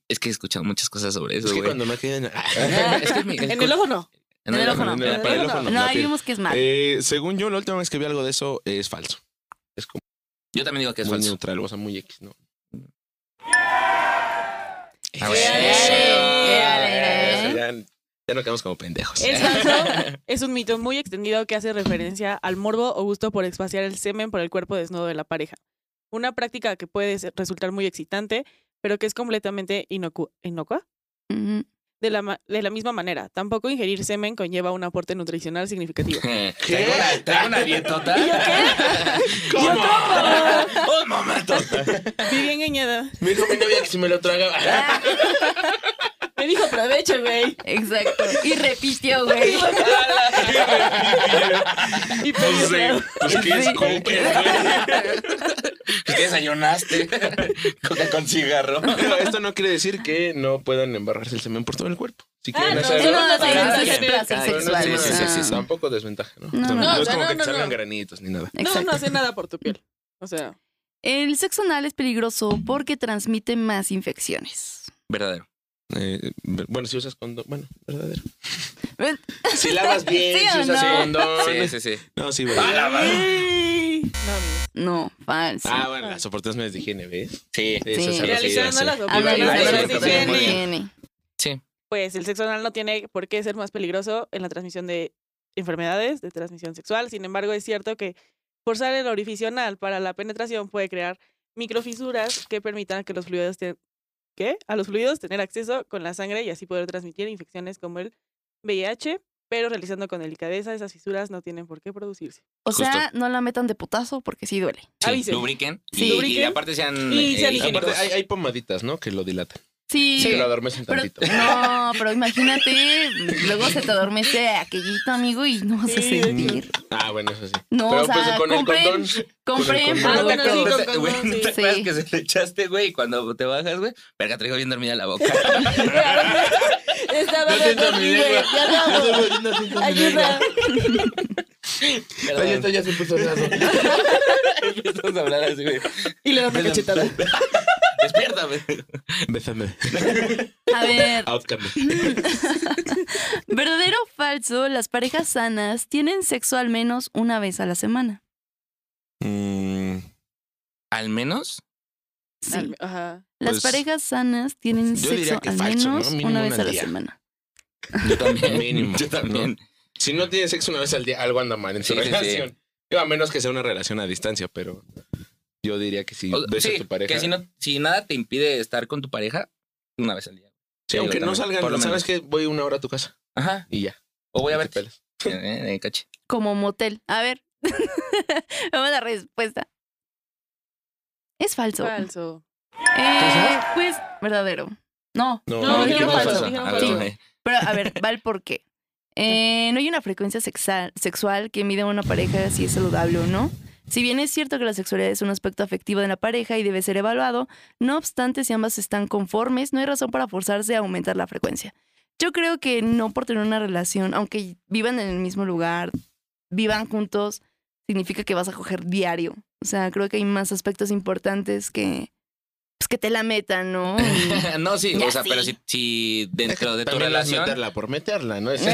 S4: Es que he escuchado muchas cosas sobre eso,
S6: Es que
S4: güey.
S6: cuando me quedan.
S4: es que mi-
S1: En el ojo no.
S4: en
S2: en el ojo no.
S4: en
S1: En el
S4: para el
S1: ojo
S4: ojo no.
S2: No,
S6: la
S2: ahí
S6: piel.
S2: vimos que es mal.
S6: Eh, según yo, la última vez que vi algo de eso eh, es falso. Es como
S4: Yo también digo que es
S6: muy
S4: falso.
S6: neutral, o sea, muy X, ¿no?
S4: Ah,
S2: Sí.
S6: Eso,
S2: Sí.
S6: Ya, ya no quedamos como pendejos.
S1: El falso es un mito muy extendido que hace referencia al morbo o gusto por espaciar el semen por el cuerpo desnudo de la pareja. Una práctica que puede ser- resultar muy excitante, pero que es completamente inocu- inocua.
S2: Ujú.
S1: de la, ma- de la misma manera. Tampoco ingerir semen conlleva un aporte nutricional significativo.
S4: ¿Traigo una, traigo una dietota?
S1: ¿Y yo
S6: ¿Cómo?
S4: Un momento.
S1: qué? Viví engañada.
S6: Me dijo mi novia que si me lo tragaba.
S2: Ah,
S1: Me dijo, aprovecha, güey.
S2: exacto. Y repitió, güey.
S1: Y
S6: Pues, eh,
S1: pues,
S6: pues qué es
S4: ¿Qué desayunaste? Coca con cigarro.
S6: Pero esto no quiere decir que no puedan embarrarse el semen por todo el cuerpo. Si
S1: Ah,
S6: quieren
S1: no,
S6: hacerlo.
S1: yo no lo
S6: cada
S1: digo,
S6: quien.
S1: eso es placer
S6: Pero no,
S2: sexual,
S6: sí, sí, sí,
S4: o
S6: sí,
S4: sea.
S6: tampoco desventaja, ¿no?
S2: Ah. No,
S6: O sea,
S2: no,
S6: es
S1: no,
S6: como
S1: no,
S6: que te
S1: no,
S6: salgan
S1: no.
S6: granitos ni nada.
S1: no,
S2: Exacto.
S1: no hace nada por tu piel. O sea,
S2: El sexo anal es peligroso porque transmite más infecciones.
S4: Verdadero.
S6: Eh, bueno, si usas condón, bueno, verdadero.
S2: Ve-
S6: Si lavas bien,
S2: ¿Sí
S6: si
S2: o
S6: usas
S2: no?
S6: condón.
S4: Sí, sí, sí.
S6: Oh, No, sí,
S4: Ah,
S6: verdadero.
S4: la madre.
S1: no, amigos.
S2: No, falso.
S6: Ah, bueno, las oportunidades de higiene, ¿ves?
S4: Sí.
S6: Sí, eso
S2: Sí.
S6: es algo así,
S1: Realizando
S6: sí.
S1: las
S2: A ver,
S6: Igual,
S1: operaciones
S2: las
S6: igual,
S1: de
S6: igual,
S2: personas
S6: también,
S2: que
S1: higiene,
S6: bueno.
S2: tienen.
S1: Pues el sexo anal no tiene por qué ser más peligroso en la transmisión de enfermedades de transmisión sexual. Sin embargo, es cierto que forzar el orificio anal para la penetración puede crear microfisuras que permitan que los fluidos te- ¿qué? a los fluidos tener acceso con la sangre y así poder transmitir infecciones como el VIH, pero realizando con delicadeza esas fisuras no tienen por qué producirse.
S2: O sea, no la metan de putazo porque sí duele.
S4: Sí,
S1: Avisen.
S4: Lubriquen.
S2: Sí.
S4: Y, y
S1: Lubriquen.
S4: aparte sean. eh,
S1: Y sean
S6: Aparte,
S1: higiénicos.
S6: hay, hay pomaditas, ¿no? Que lo dilatan.
S2: Sí.
S6: Que lo adormecen
S2: Pero-
S6: tantito.
S2: no, pero imagínate, luego se te adormece aquellito, amigo, y no vas a
S1: Sí, de hecho.
S2: sentir.
S6: Ah, bueno, eso sí.
S2: No,
S6: Pero
S2: o sea,
S6: pues con el
S2: compren,
S6: condón.
S2: compren
S6: con el
S1: condón. Ah, bueno, sí,
S2: productos.
S1: con-
S4: Güey,
S1: condón,
S4: ¿no
S1: sí.
S4: te acuerdas
S2: Sí.
S4: que se le echaste, güey? Y cuando te bajas, güey, verga, traigo bien dormida la boca.
S1: Estaba
S6: No siento mi lengua. No siento- no siento mi lengua. Oye, esto
S4: Perdón.
S6: ya se puso raso.
S4: Empezamos a hablar así, güey.
S1: Y le da una
S4: Bésame.
S1: cachetada.
S4: Despiértame.
S6: Bésame.
S2: A ver,
S6: Outcome.
S2: verdadero o falso, las parejas sanas tienen sexo al menos una vez a la semana.
S6: Mm,
S4: Al menos.
S2: Sí.
S1: Ajá.
S2: Las
S6: Pues,
S2: parejas sanas tienen
S6: yo diría
S2: sexo
S6: que
S2: al
S6: falso, ¿no?
S2: menos
S6: Mínimo
S2: una vez
S6: una
S2: a la
S6: día.
S2: semana.
S4: Yo también.
S6: Mínimo,
S4: Yo también.
S6: Si no tienes sexo una vez al día, algo anda mal en su
S4: Sí, sí, sí.
S6: relación. Digo, a menos que sea una relación a distancia, pero yo diría que si
S4: O-
S6: ves
S4: sí,
S6: a tu pareja.
S4: Que si, no, si nada te impide estar con tu pareja, una vez al día.
S6: Sí, aunque no
S4: también,
S6: salgan,
S4: por lo
S6: ¿sabes
S4: menos.
S6: que Voy una hora a tu casa
S4: Ajá.
S6: y ya.
S4: O voy a
S6: te
S4: verte.
S6: pelas.
S4: Eh, eh, eh, caché.
S2: Como motel. A ver, vamos a la respuesta. Es falso.
S1: Falso.
S2: Eh, pues, verdadero. No,
S6: No,
S1: No,
S6: no,
S1: dijeron
S6: no,
S1: falso,
S6: no,
S1: dijeron
S6: no,
S4: Ah,
S1: falso.
S6: no.
S4: eh.
S2: Pero a ver, va el porqué. Eh, no hay una frecuencia sexal- sexual que mida a una pareja si es saludable o no. Si bien es cierto que la sexualidad es un aspecto afectivo de la pareja y debe ser evaluado, no obstante, si ambas están conformes, no hay razón para forzarse a aumentar la frecuencia. Yo creo que no por tener una relación, aunque vivan en el mismo lugar, vivan juntos, significa que vas a coger diario. O sea, creo que hay más aspectos importantes que, pues, que te la metan, ¿no? Y-
S4: no, sí.
S2: Ya
S4: O sea,
S2: sí.
S4: pero si, si dentro de tu
S6: También las
S4: relación.
S6: meterla por meterla, ¿no? Es-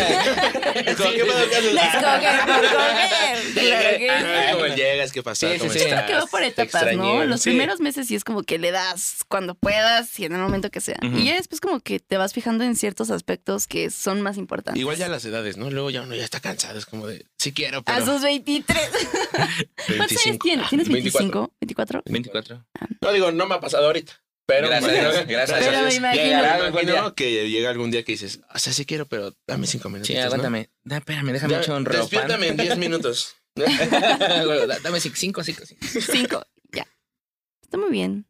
S2: Eh,
S6: Como, ¿qué pedo, qué haces?
S2: Les cogen por coger. Claro que sí.
S6: Ah, ¿Cómo llegas? ¿Qué pasa?
S4: Sí, sí,
S6: ¿Cómo
S4: sí.
S6: estás?
S2: Creo que va por
S6: Te
S2: etapas, ¿no?
S6: extrañé.
S2: Los
S6: Sí.
S2: primeros meses sí es como que le das cuando puedas y en el momento que sea.
S4: Ujú.
S2: Y ya después como que te vas fijando en ciertos aspectos que son más importantes.
S6: Igual ya las edades, ¿no? Luego ya uno ya está cansado. Es como de, sí quiero,
S2: A
S6: pero.
S2: sus 23. ¿Cuántos años
S6: 25.
S2: tienes? ¿Tienes
S6: 24.
S2: 25? ¿24?
S4: 24.
S6: No digo, no me ha pasado ahorita. Pero
S4: Gracias
S6: me
S4: a Dios,
S6: imagino-
S4: gracias a
S2: Pero me
S6: Dios.
S2: imagino.
S6: Llegará
S4: Me
S6: algún
S4: imagino
S6: día que llega algún día que dices, o sea, sí quiero, pero dame cinco minutos.
S4: Sí, aguántame. Da, espérame, déjame echar un ropa.
S6: Despiértame en diez minutos.
S4: Dame cinco, cinco, cinco. cinco.
S2: 5. Ya. Está muy bien.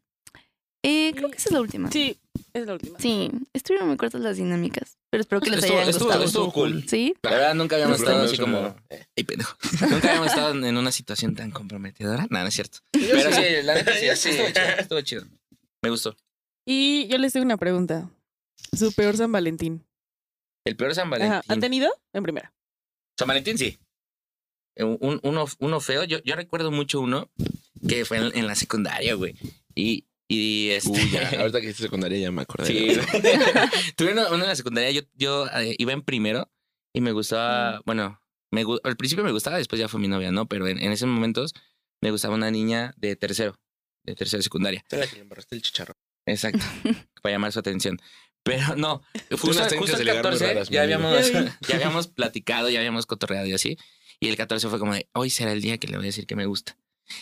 S2: Eh, creo que esa es la última.
S1: Sí, es la última.
S2: Sí, estuvieron muy cortas las dinámicas, pero espero que les
S4: Estuvo-
S2: haya
S4: estuvo-
S2: gustado.
S4: estuvo cool.
S2: Sí,
S4: La verdad, nunca habíamos
S6: No,
S4: estado
S6: pero
S4: así
S6: no es una-
S4: como. eh, Ey, pendejo. Nunca habíamos estado en una situación tan comprometedora. Nada, no es cierto. Pero sí, la neta sí,
S6: Yo
S4: sí,
S6: sí.
S4: estuvo chido, estuvo chido. Me gustó.
S1: Y yo les tengo una pregunta. Su peor San Valentín.
S4: El peor San
S1: Ajá. ¿Han
S4: Valentín.
S1: tenido? En primera.
S4: San Valentín, sí. Eh, un- uno, uno feo. Yo, yo recuerdo mucho uno que fue en, en la secundaria, güey. Y, y este.
S6: Uy, ya, ahorita que hice secundaria ya me acordé.
S4: Sí, güey. Tuve uno, uno en la secundaria. Yo, yo eh, iba en primero y me gustaba. Bueno, me, gu- al principio me gustaba, después ya fue mi novia, ¿no? Pero en, en esos momentos me gustaba una niña de tercero, de tercero de secundaria.
S6: Espera que le embarraste el chicharro.
S4: Exacto. para llamar su atención. Pero no, justo,
S6: técnicas
S4: justo
S6: de
S4: el
S6: ligar muy
S4: 14
S6: raras,
S4: ya
S6: mi vida.
S4: habíamos,
S1: Ya vi.
S4: ya habíamos platicado, ya habíamos cotorreado y así. Y el 14 fue como de, hoy será el día que le voy a decir que me gusta.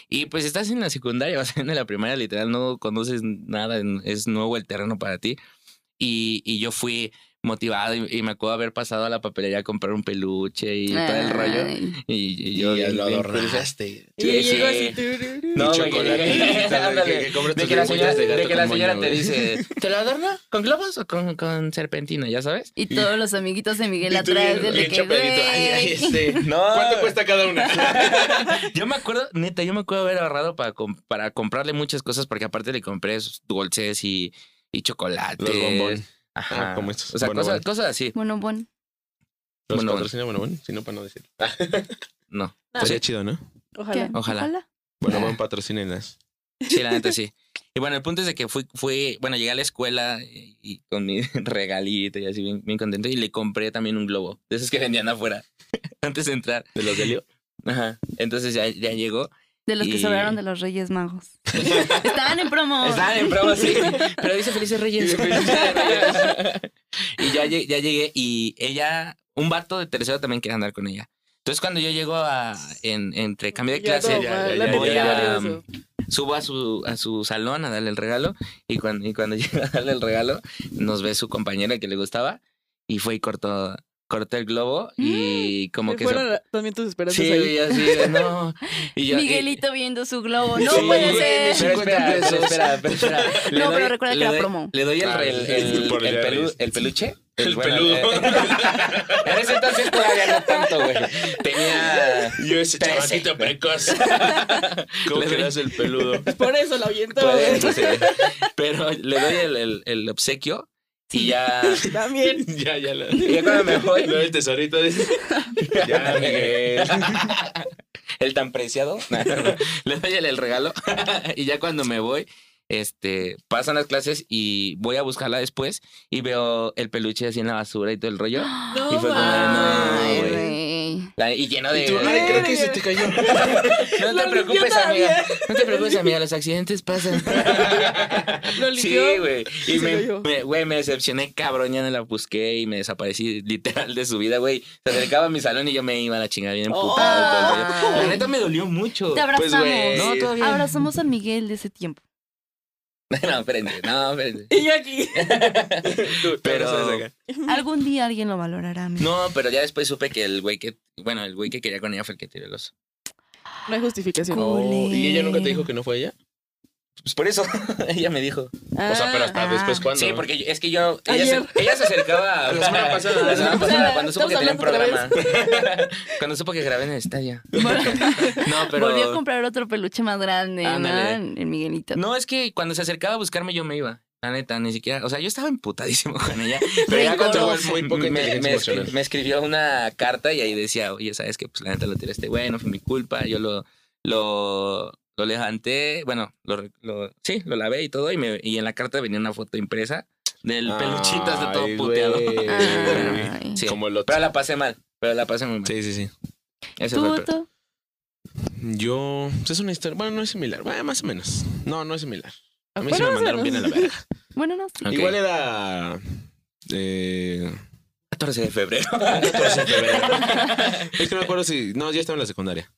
S4: Y pues estás en la secundaria, vas en la primaria, literal, no conoces nada, es nuevo el terreno para ti. y, y yo fui motivado y, y me acuerdo haber pasado a la papelería a comprar un peluche y todo el rollo.
S2: Ay.
S4: Y, y
S6: Y
S4: yo
S6: ya lo
S4: bien
S6: adornaste.
S1: Y
S4: Sí,
S1: llegó
S4: sí.
S1: así. tururú.
S4: No,
S6: Y
S4: güey, que-
S6: chocolatito,
S4: ándale,
S6: que- que compras
S4: de
S6: tus
S4: que la señora,
S6: lengüetas de
S4: de
S6: gato
S4: que la
S6: con
S4: señora
S6: moño,
S4: te
S6: güey.
S4: dice, ¿te lo adorna con globos o con, con serpentina? ¿Ya sabes?
S2: Y todos los amiguitos de Miguel
S6: Y tú
S2: atrás,
S6: bien-
S2: desde
S6: bien
S2: que
S6: chapeadito. Ay, ay,
S2: güey.
S6: este,
S4: No.
S6: ¿Cuánto cuesta cada una?
S4: Yo me acuerdo, neta, yo me acuerdo haber ahorrado para, com- para comprarle muchas cosas porque aparte le compré sus dulces y, y chocolates.
S6: Los bombón.
S4: Ajá.
S6: Ah, como estos.
S4: O sea,
S6: Bueno,
S4: cosas,
S6: bueno.
S4: cosas así.
S2: Bueno, bueno.
S6: Los
S4: Bueno, bueno.
S6: patrocina, bueno, bueno, si no, para no decir.
S4: No.
S6: Sería chido, ¿no?
S1: Ojalá.
S2: ¿qué?
S4: Ojalá.
S6: Bueno,
S4: Ah.
S6: buen patrocínenlas.
S4: Sí, la neta sí. Y bueno, el punto es de que fui, fui bueno, llegué a la escuela y, y con mi regalito y así bien, bien contento y le compré también un globo, de esos que vendían afuera, antes de entrar.
S6: ¿De los de Leo?
S4: Ajá. Entonces ya, ya llegó.
S2: De los que
S4: Y-
S2: sobraron de los Reyes Magos. Estaban en promo.
S4: Estaban en prueba, sí. Pero dice Felices Reyes. y ya, lle- ya llegué y ella, un vato de tercero también quería andar con ella. Entonces cuando yo llego a, en, entre cambio de
S1: Ya todo
S4: clase,
S6: ya,
S1: mal,
S6: ya,
S1: la
S6: ya,
S1: neta,
S6: ya,
S1: ya
S4: ya,
S1: valió
S4: um,
S1: eso.
S4: subo a su, a su salón a darle el regalo y cuando, y cuando llega a darle el regalo nos ve su compañera que le gustaba y fue y cortó, cortó el globo y como
S1: Se
S4: que...
S1: Mm, fueron
S4: se-
S1: la- también tus esperanzas
S4: Sí,
S1: ahí.
S4: y así de, no. Y yo, y-
S2: Miguelito viendo su globo.
S4: Sí,
S2: No
S4: güey,
S2: puede ser.
S4: Pero espera,
S6: 50
S4: pero
S6: pesos.
S4: espera, pero espera. Le
S2: No, pero
S4: doy-
S2: recuerda que
S4: le
S2: era
S4: doy-
S2: promo.
S4: Le doy el,
S6: Ah,
S4: el,
S6: sí,
S4: el-
S6: por
S4: el
S6: ya
S4: pelu-
S6: ves.
S4: el peluche.
S6: El
S4: bueno,
S6: peludo.
S4: eh, en ese entonces todavía no tanto, güey. Tenía...
S6: Yo ese
S4: Trece.
S6: chamaquito precoz. ¿Cómo
S4: Le doy-
S6: creas el peludo?
S1: Por eso la ahuyentó.
S4: Pues,
S1: güey.
S4: entonces, pero le doy el, el- el obsequio y ya...
S1: También.
S6: ya, ya. La...
S4: Y ya cuando me voy...
S6: Luego el tesorito dice. Ya, Miguel.
S4: el tan preciado. Le doy el, el regalo. y ya cuando me voy, este, pasan las clases y voy a buscarla después y veo el peluche así en la basura y todo el rollo.
S1: No,
S4: Y fue como,
S1: mames.
S2: Ay,
S4: güey.
S2: güey.
S4: La- y ¿Eh? lleno de...
S6: Y tú, ay, creo que se te cayó.
S4: no te
S1: Lo limpió
S4: preocupes,
S1: todavía.
S4: amiga. No te preocupes, amiga. Los accidentes pasan.
S1: Lo limpió.
S4: Sí, güey.
S1: y se
S4: Y me,
S1: lo llevó.
S4: me- güey, me decepcioné, cabrón. Ya no la busqué y me desaparecí literal de su vida, güey. Se acercaba a mi salón y yo me iba a la chingada bien
S1: Oh.
S4: emputado. y todo el rollo.
S2: Ay.
S4: La neta me dolió mucho.
S2: Te
S6: Pues,
S2: abrazamos.
S6: güey.
S4: No, todavía.
S2: Abrazamos a Miguel de ese tiempo.
S4: No, espérense, no, espérense.
S1: Y yo aquí.
S6: Tú,
S4: Pero-
S6: tú eres acá.
S2: Algún día alguien lo valorará. Miguel.
S4: No, pero ya después supe que el güey que, bueno, el güey que quería con ella fue el que tiró el oso.
S1: No hay justificación.
S2: Cool.
S6: Oh, ¿Y ella nunca te
S2: Culero.
S6: dijo que no fue ella?
S4: Pues por eso, ella me dijo.
S1: Ah,
S6: O sea, pero hasta
S2: Ah.
S6: después cuando.
S4: Sí, porque yo- es que yo, ella
S1: Ayer.
S4: se, ella se acercaba a
S6: La semana pasada.
S4: la semana pasada, cuando supo que tenía un
S1: Estamos
S4: programa.
S1: hablando
S4: cuando supo que grabé en el estadio. No,
S2: Volvió a
S4: pero...
S2: comprar otro peluche más grande, ¿no?
S4: Ándale.
S2: El Miguelito.
S4: No, es que cuando se acercaba a buscarme yo me iba. La neta, ni siquiera. O sea, yo estaba emputadísimo con ella. Pero ya cuando
S6: Rencoroso. Muy poca
S4: me, me,
S6: inteligencia
S4: escri-
S6: emocional.
S4: me escribió una carta y ahí decía, oye, sabes que pues la neta lo tiré a este güey, no fue mi culpa, yo lo, lo, lo levanté, bueno, lo, re- lo- sí, lo lavé y todo, y, me, y en la carta venía una foto impresa del peluchito hasta todo
S6: Ay,
S4: puteado.
S6: güey.
S2: Ay.
S4: Sí.
S6: Como el otro.
S4: Pero la pasé mal, pero la pasé muy mal.
S6: Sí, sí, sí.
S4: Ese fue el
S2: ¿Tú,
S4: peor.
S2: tú?
S6: Yo. pues, es una historia. Bueno, no es similar. Bueno, más o menos. No, no es similar. A mí sí
S1: Bueno, más
S6: me
S1: o
S6: mandaron bien a
S1: menos.
S6: la verga.
S2: Bueno, no, sí.
S4: Ok.
S6: Igual era. Eh,
S4: 14 de febrero.
S6: 14 de febrero. es que no me acuerdo si. No, yo estaba en la secundaria.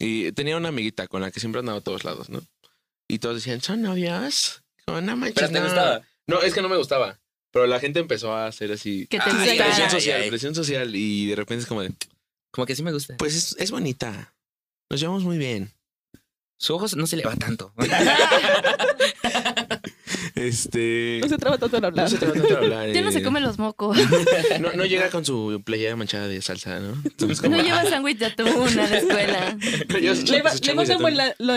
S6: Y tenía una amiguita con la que siempre andaba a todos lados, ¿no? Y todos decían, ¿son novios? Como, no manches,
S4: Pero te
S6: no".
S4: gustaba.
S6: No, es que no me gustaba. Pero la gente empezó a hacer así.
S2: Que te
S4: Ay,
S2: gustara.
S4: ay,
S6: Presión
S4: ay.
S6: social, presión social. Y de repente es como de,
S4: Como que sí me gusta.
S6: pues es, es bonita. Nos llevamos muy bien.
S4: Su ojos no se le va tanto.
S6: Este.
S1: No se traba tanto en hablar.
S6: No se trata de hablar.
S2: Ya no se
S6: eh.
S2: come los mocos.
S6: No, no llega con su playera manchada de salsa, ¿no? Entonces,
S2: No
S6: como- "Ah,
S2: lleva sándwich de atún a la escuela.
S6: No lleva su
S1: Le, va-
S6: su
S1: le
S6: chango de
S1: manda un buen
S6: atún.
S1: la-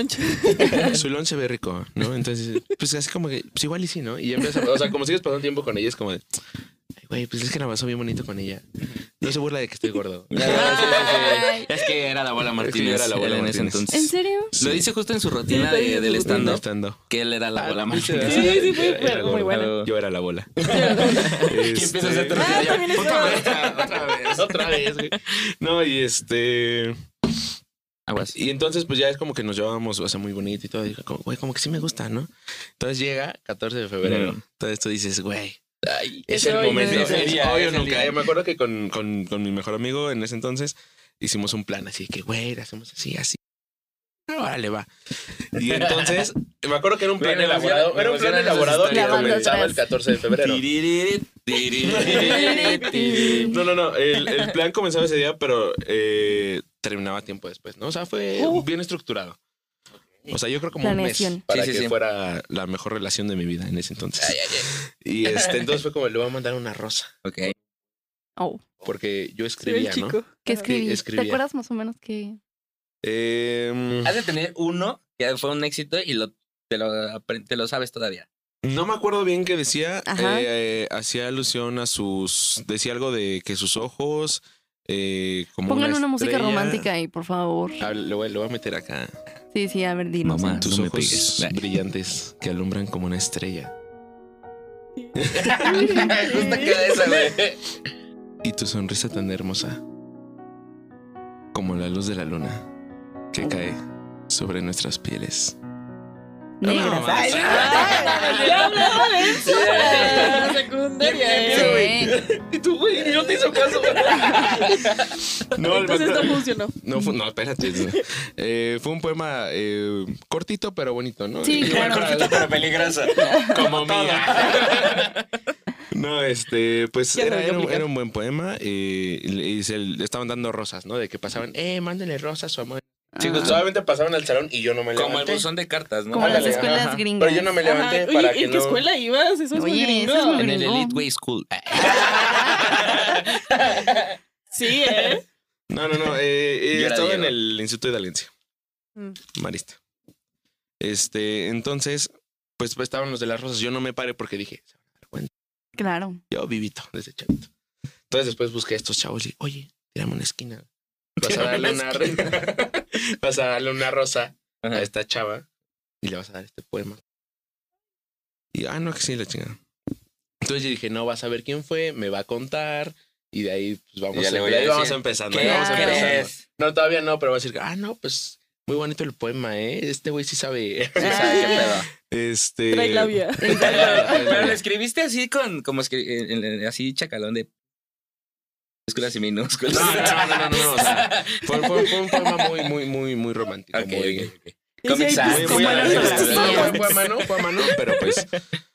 S1: lunch.
S6: su lunch se ve rico, ¿no? Entonces, pues así como que, pues igual y sí, ¿no? Y ya empiezas, a- o sea, como sigues pasando tiempo con ella, es como de, ay, güey, pues es que la pasó bien bonito con ella. No se burla de que estoy gordo.
S2: Ay.
S4: Es que era la abuela
S6: Es que yo
S4: Martínez.
S6: era la abuela
S4: en ese
S6: Martínez.
S4: entonces.
S2: ¿En serio?
S4: Lo dice justo en su rutina
S1: Sí,
S4: de-
S1: lo dice en
S4: del
S1: su
S4: stand-up,
S6: Estando.
S4: que él era la bola más.
S6: Sí,
S1: Sí, sí, fue
S6: Era- era
S1: muy
S6: gordo.
S1: buena.
S6: Yo era la bola.
S4: Y empieza a
S6: Este-
S4: hacer tu rutina,
S1: Ah,
S4: ya,
S1: también es
S4: otra
S1: buena.
S4: vez, otra vez.
S6: Otra vez, güey. No, y este.
S4: Aguas.
S6: Y entonces, pues ya es como que nos llevábamos, o sea, muy bonito y todo. Y como, güey, como que sí me gusta, ¿no? Entonces llega 14 de febrero.
S4: Mm.
S6: Entonces tú dices, güey,
S4: Ay,
S6: es
S1: Ese
S6: el
S1: hoy,
S6: momento.
S1: ¿no?
S6: Es
S1: Ese
S6: el
S4: día,
S6: hoy o
S4: ese
S6: nunca.
S4: día.
S6: Yo me acuerdo que con, con- con mi mejor amigo en ese entonces hicimos un plan así que, güey, le hacemos así, así. órale, va. Y entonces, me acuerdo que era un plan
S4: Me emociona-
S6: elaborado.
S4: me
S6: Era un plan
S4: emocionan esas
S6: elaborado que
S2: historias. La banda
S6: comenzaba
S2: atrás.
S6: el 14 de febrero.
S4: Tiririt, tiririt, tiririt.
S6: No, no, no. El, el plan comenzaba ese día, pero eh, terminaba tiempo después, ¿no? O sea, fue
S1: Uh.
S6: bien estructurado. O sea, yo creo como un mes
S2: Planeación.
S6: para
S4: Sí, sí,
S6: que
S4: sí.
S6: fuera la mejor relación de mi vida en ese entonces.
S4: Ay, ay, ay.
S6: Y este, entonces fue como, le voy a mandar una rosa.
S4: Ok.
S2: Oh,
S6: Porque yo
S1: Se ve el
S6: escribía, ¿no?
S1: chico.
S2: ¿Qué
S1: Ajá.
S2: escribí?
S6: escribía.
S2: ¿Te acuerdas más o menos que
S6: Em,
S4: Has de tener uno que fue un éxito y lo, te, lo, apre- te lo sabes todavía.
S6: no me acuerdo bien qué decía.
S2: Ajá.
S6: eh, hacía alusión a sus. Decía algo de que sus ojos. eh, como
S2: Pongan una, música
S6: estrella-
S2: romántica ahí, por favor.
S6: Ah, lo, voy, lo voy a meter acá.
S2: Sí, sí, a ver, dinos.
S4: Mamá. Ah,
S6: Tus
S4: no me
S6: ojos
S4: pegues.
S6: brillantes que alumbran como una estrella.
S4: Justo queda esa, güey.
S6: Y tu sonrisa tan hermosa. Como la luz de la luna que cae sobre nuestras pieles.
S2: Negras.
S6: mamá. Ay,
S1: Ay, ya hablaba de eso en la secundaria. ¿eh?
S2: Sí.
S4: Y tú, güey, no te hizo caso.
S6: No, el
S1: Entonces
S6: vato-
S1: no funcionó.
S6: No, fu- no, espérate. Eh, fue un poema eh, cortito, pero bonito, ¿no?
S2: Sí,
S6: Igual
S2: claro.
S6: cortito,
S4: pero peligrosa.
S6: Como mía. No, este, pues
S1: Ya lo
S6: era,
S1: voy a
S6: era un,
S1: aplicar.
S6: era un buen poema eh, y, le- y se le estaban dando rosas, ¿no? De que pasaban, eh, mándenle rosas a su amor.
S2: Ah,
S6: Chicos, pues, solamente pasaban al salón y yo no me
S4: Como el
S6: levanté.
S4: buzón de cartas, ¿no?
S2: Como las
S6: Ándale,
S2: escuelas
S4: Ajá.
S2: gringas.
S6: Pero yo no me levanté
S1: Ajá.
S6: para
S1: Oye,
S6: que
S1: ¿en qué
S6: no...
S1: escuela ibas? Eso es muy
S2: Oye, eso
S1: gringo.
S2: es muy
S4: En el
S2: gringo.
S4: Elite Way School.
S1: Sí, ¿eh?
S6: No, no, no. eh, eh,
S4: Yo era
S6: estaba en
S4: Diego.
S6: el Instituto de Hidalguense.
S1: Mm.
S6: Marista. Este, entonces, pues, pues, estaban los de las rosas. Yo no me paré porque dije, "Se van a dar cuenta".
S2: Claro.
S6: Yo vivito desde chavito. Entonces después busqué a estos chavos y dije, oye, tirame una esquina. Vas a darle una, vas a darle una rosa a
S4: Ajá.
S6: esta chava y le vas a dar este poema. Y ah, no, que sí, la chingada. Entonces yo dije, no, vas a ver quién fue, me va a contar. Y de ahí pues, vamos,
S4: Ya le
S6: em-
S4: voy
S6: de
S4: a
S6: ahí vamos
S4: decir,
S6: empezando.
S4: ¿Qué
S6: ahí vamos
S2: crees?
S6: empezando.
S4: crees?
S6: No, todavía no, pero va a decir, ah, no, pues muy bonito el poema, ¿eh? Este güey sí sabe.
S4: Sí,
S2: Ah.
S4: sabe qué pedo.
S6: Este.
S1: Trae labia.
S4: Pero lo escribiste así con, como escri- en- en- así chacalón de minúsculas y minúsculas.
S6: No, no, no, no, no, o sea, Fue, fue- fue un poema muy, muy, muy, muy romántico.
S4: Ok,
S6: muy,
S4: ok, ok.
S1: Dice ahí,
S4: Comic Sans.
S1: pues,
S6: Muy,
S1: como
S6: muy
S1: el
S6: agradable.
S1: otro
S2: las
S6: No,
S2: tías.
S6: fue poema no, poema no, pero pues.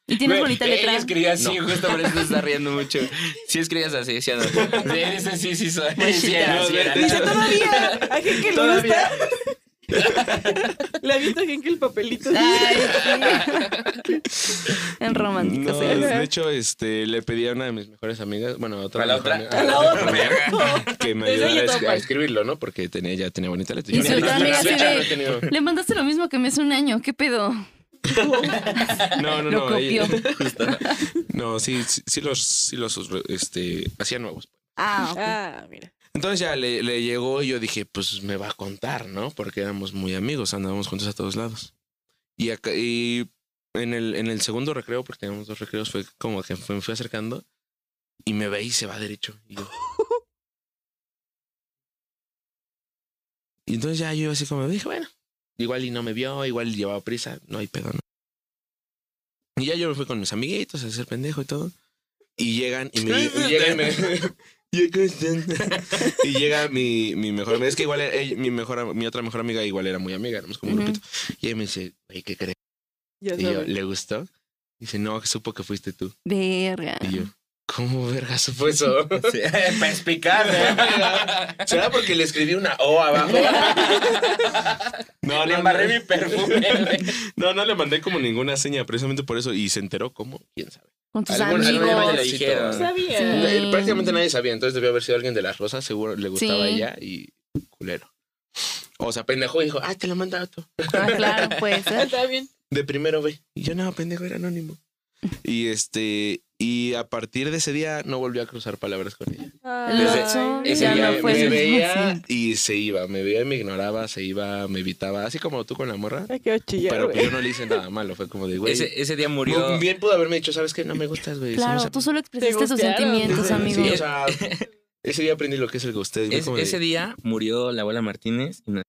S2: Y tienes
S4: Ve,
S2: bonita
S4: ella
S2: letra.
S4: escribía así, justo por eso se está riendo mucho. Sí escribías así, sí, o no. Sí, ese sí, sí, soy. Sí, era, sí, era.
S1: Dice todavía. A gente que le gusta. Le avienta a gente que el papelito.
S2: Ay, sí. En romántico,
S6: No,
S2: sí.
S6: de hecho, este, le pedí a una de mis mejores amigas, bueno, a otra.
S4: ¿A la
S6: mejor
S4: otra?
S6: amiga-
S1: A la otra.
S6: Que me
S1: Desde
S6: ayudara a,
S1: ahí todo
S6: esc- a
S1: mal.
S6: escribirlo, ¿no? Porque tenía, ya tenía bonita letra.
S2: Y
S6: Yo
S2: su
S6: no-
S2: otra
S6: hasta
S2: amiga
S6: la
S2: así
S6: fecha
S2: de-
S6: no he tenido-
S2: Le mandaste lo mismo que me hace un año. ¿Qué pedo?
S6: No,
S2: Lo
S6: no, no.
S2: copió.
S6: ella- No, sí, sí, sí los, sí los, este, hacía nuevos.
S2: Ah, ok.
S1: Ah, mira.
S6: Entonces ya le, le llegó y yo dije, pues me va a contar, ¿no? Porque éramos muy amigos, andábamos juntos a todos lados. Y, acá- y en, el, en el segundo recreo, porque teníamos dos recreos, fue como que fue- me fui acercando y me ve y se va derecho. Y, yo- Y entonces ya yo iba así como, dije, bueno, igual y no me vio, igual y llevaba prisa, no hay pedo, ¿no? Y ya yo me fui con mis amiguitos a hacer pendejo y todo. Y llegan y me... y llegan y me- y acá están. Y llega mi, mi mejor amiga. Es que igual era- ella- mi, mejor, am- mi otra mejor amiga igual era muy amiga, éramos como un
S2: Ujú.
S6: grupito. Y ella me dice, güey, ¿qué crees?
S1: Ya
S6: Y yo,
S1: sabes.
S6: ¿le gustó? Dice, no, que supo que fuiste tú.
S2: Verga.
S6: Y yo, ¿cómo verga supo eso?
S4: Sí, pues, Perspicaz, ¿eh?
S6: ¿Será porque le escribí una O abajo? No,
S4: Le
S6: no,
S4: embarré
S6: no.
S4: mi perfume, güey.
S6: No, no le mandé como ninguna seña, precisamente por eso. Y se enteró, ¿cómo? ¿Quién sabe?
S2: Con tus
S6: Algún- algún
S2: amigos.
S6: día me
S4: lo dijeron.
S1: No sabía.
S2: Sí.
S6: Eh, Prácticamente nadie sabía, entonces debió haber sido alguien de las rosas, seguro le gustaba a
S2: Sí.
S6: ella y culero. O sea, pendejo y dijo, ah, te la manda tú.
S2: Ah, claro, puede ser.
S1: Está bien.
S6: de primero B. Y yo no, pendejo, era anónimo. Y este, y a partir de ese día no volví a cruzar palabras con ella.
S4: Desde
S1: Ay,
S2: ese
S1: ya
S2: día
S1: no
S2: fue
S6: me
S2: el
S1: fue.
S2: mismo
S6: veía
S2: siempre.
S6: y se iba, me veía y me ignoraba, se iba, me evitaba, así como tú con la morra.
S1: Me quedó chillado.
S6: Pero
S1: güey.
S6: pues yo no le hice nada malo, fue como de güey.
S4: Ese, ese día murió.
S6: Bien pudo haberme dicho, ¿sabes qué? No me gustas, güey.
S2: Claro,
S6: somos
S2: tú solo expresaste
S1: Te
S2: tus
S1: gustearon.
S2: sentimientos,
S6: amigos".
S2: amigo.
S6: Sí, o sea, ese día aprendí lo que es el usted.
S4: Es- ese día murió la abuela Martínez. y no-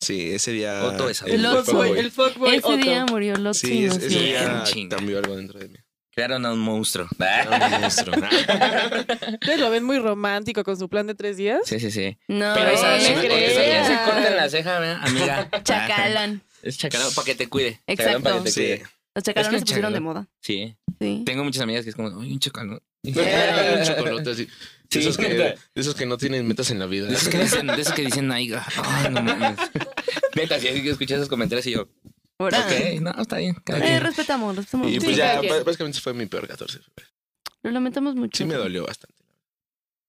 S6: Sí, ese día.
S4: Otto es
S1: El
S2: Loco,
S1: fuckboy.
S6: fuckboy.
S1: El fuckboy.
S2: Ese
S1: otro.
S2: día murió Lotso
S6: Sí, ese, ese
S4: Bien
S6: día
S4: chinga.
S6: cambió algo dentro de mí.
S4: Crearon a un monstruo. Ah,
S6: Era un monstruo.
S1: Ustedes lo ven muy romántico con su plan de tres días.
S4: Sí, sí, sí.
S2: No,
S4: Pero esa,
S1: no
S4: si
S1: me
S4: me cortes aquí,
S1: creas.
S4: se cortan la ceja, ¿verdad, amiga. Ah,
S2: Chacalan.
S4: Es chacalón para que te cuide.
S2: Exacto.
S4: Chacalón para que te
S6: Sí.
S4: cuide.
S2: Los chacalones
S4: Es que
S2: se pusieron
S4: chacalón.
S2: de moda.
S4: Sí.
S2: Sí.
S4: Tengo muchas amigas que es como, oye, un chacalón.
S6: Era un chocolate así.
S4: Sí.
S6: De esos, que, de esos que no tienen metas en la vida.
S4: De esos que dicen, de esos que dicen, ay, ay, no mames. Neta, si yo escuché esos comentarios y yo,
S2: Ahora.
S4: ok, no, está bien. cada
S2: Ah. Eh,
S4: quien".
S2: respetamos, respetamos.
S6: Y
S1: Sí,
S6: pues ya,
S1: cada quien.
S6: ba- básicamente fue mi peor 14. de febrero.
S2: Lo lamentamos mucho.
S6: Sí me dolió bastante.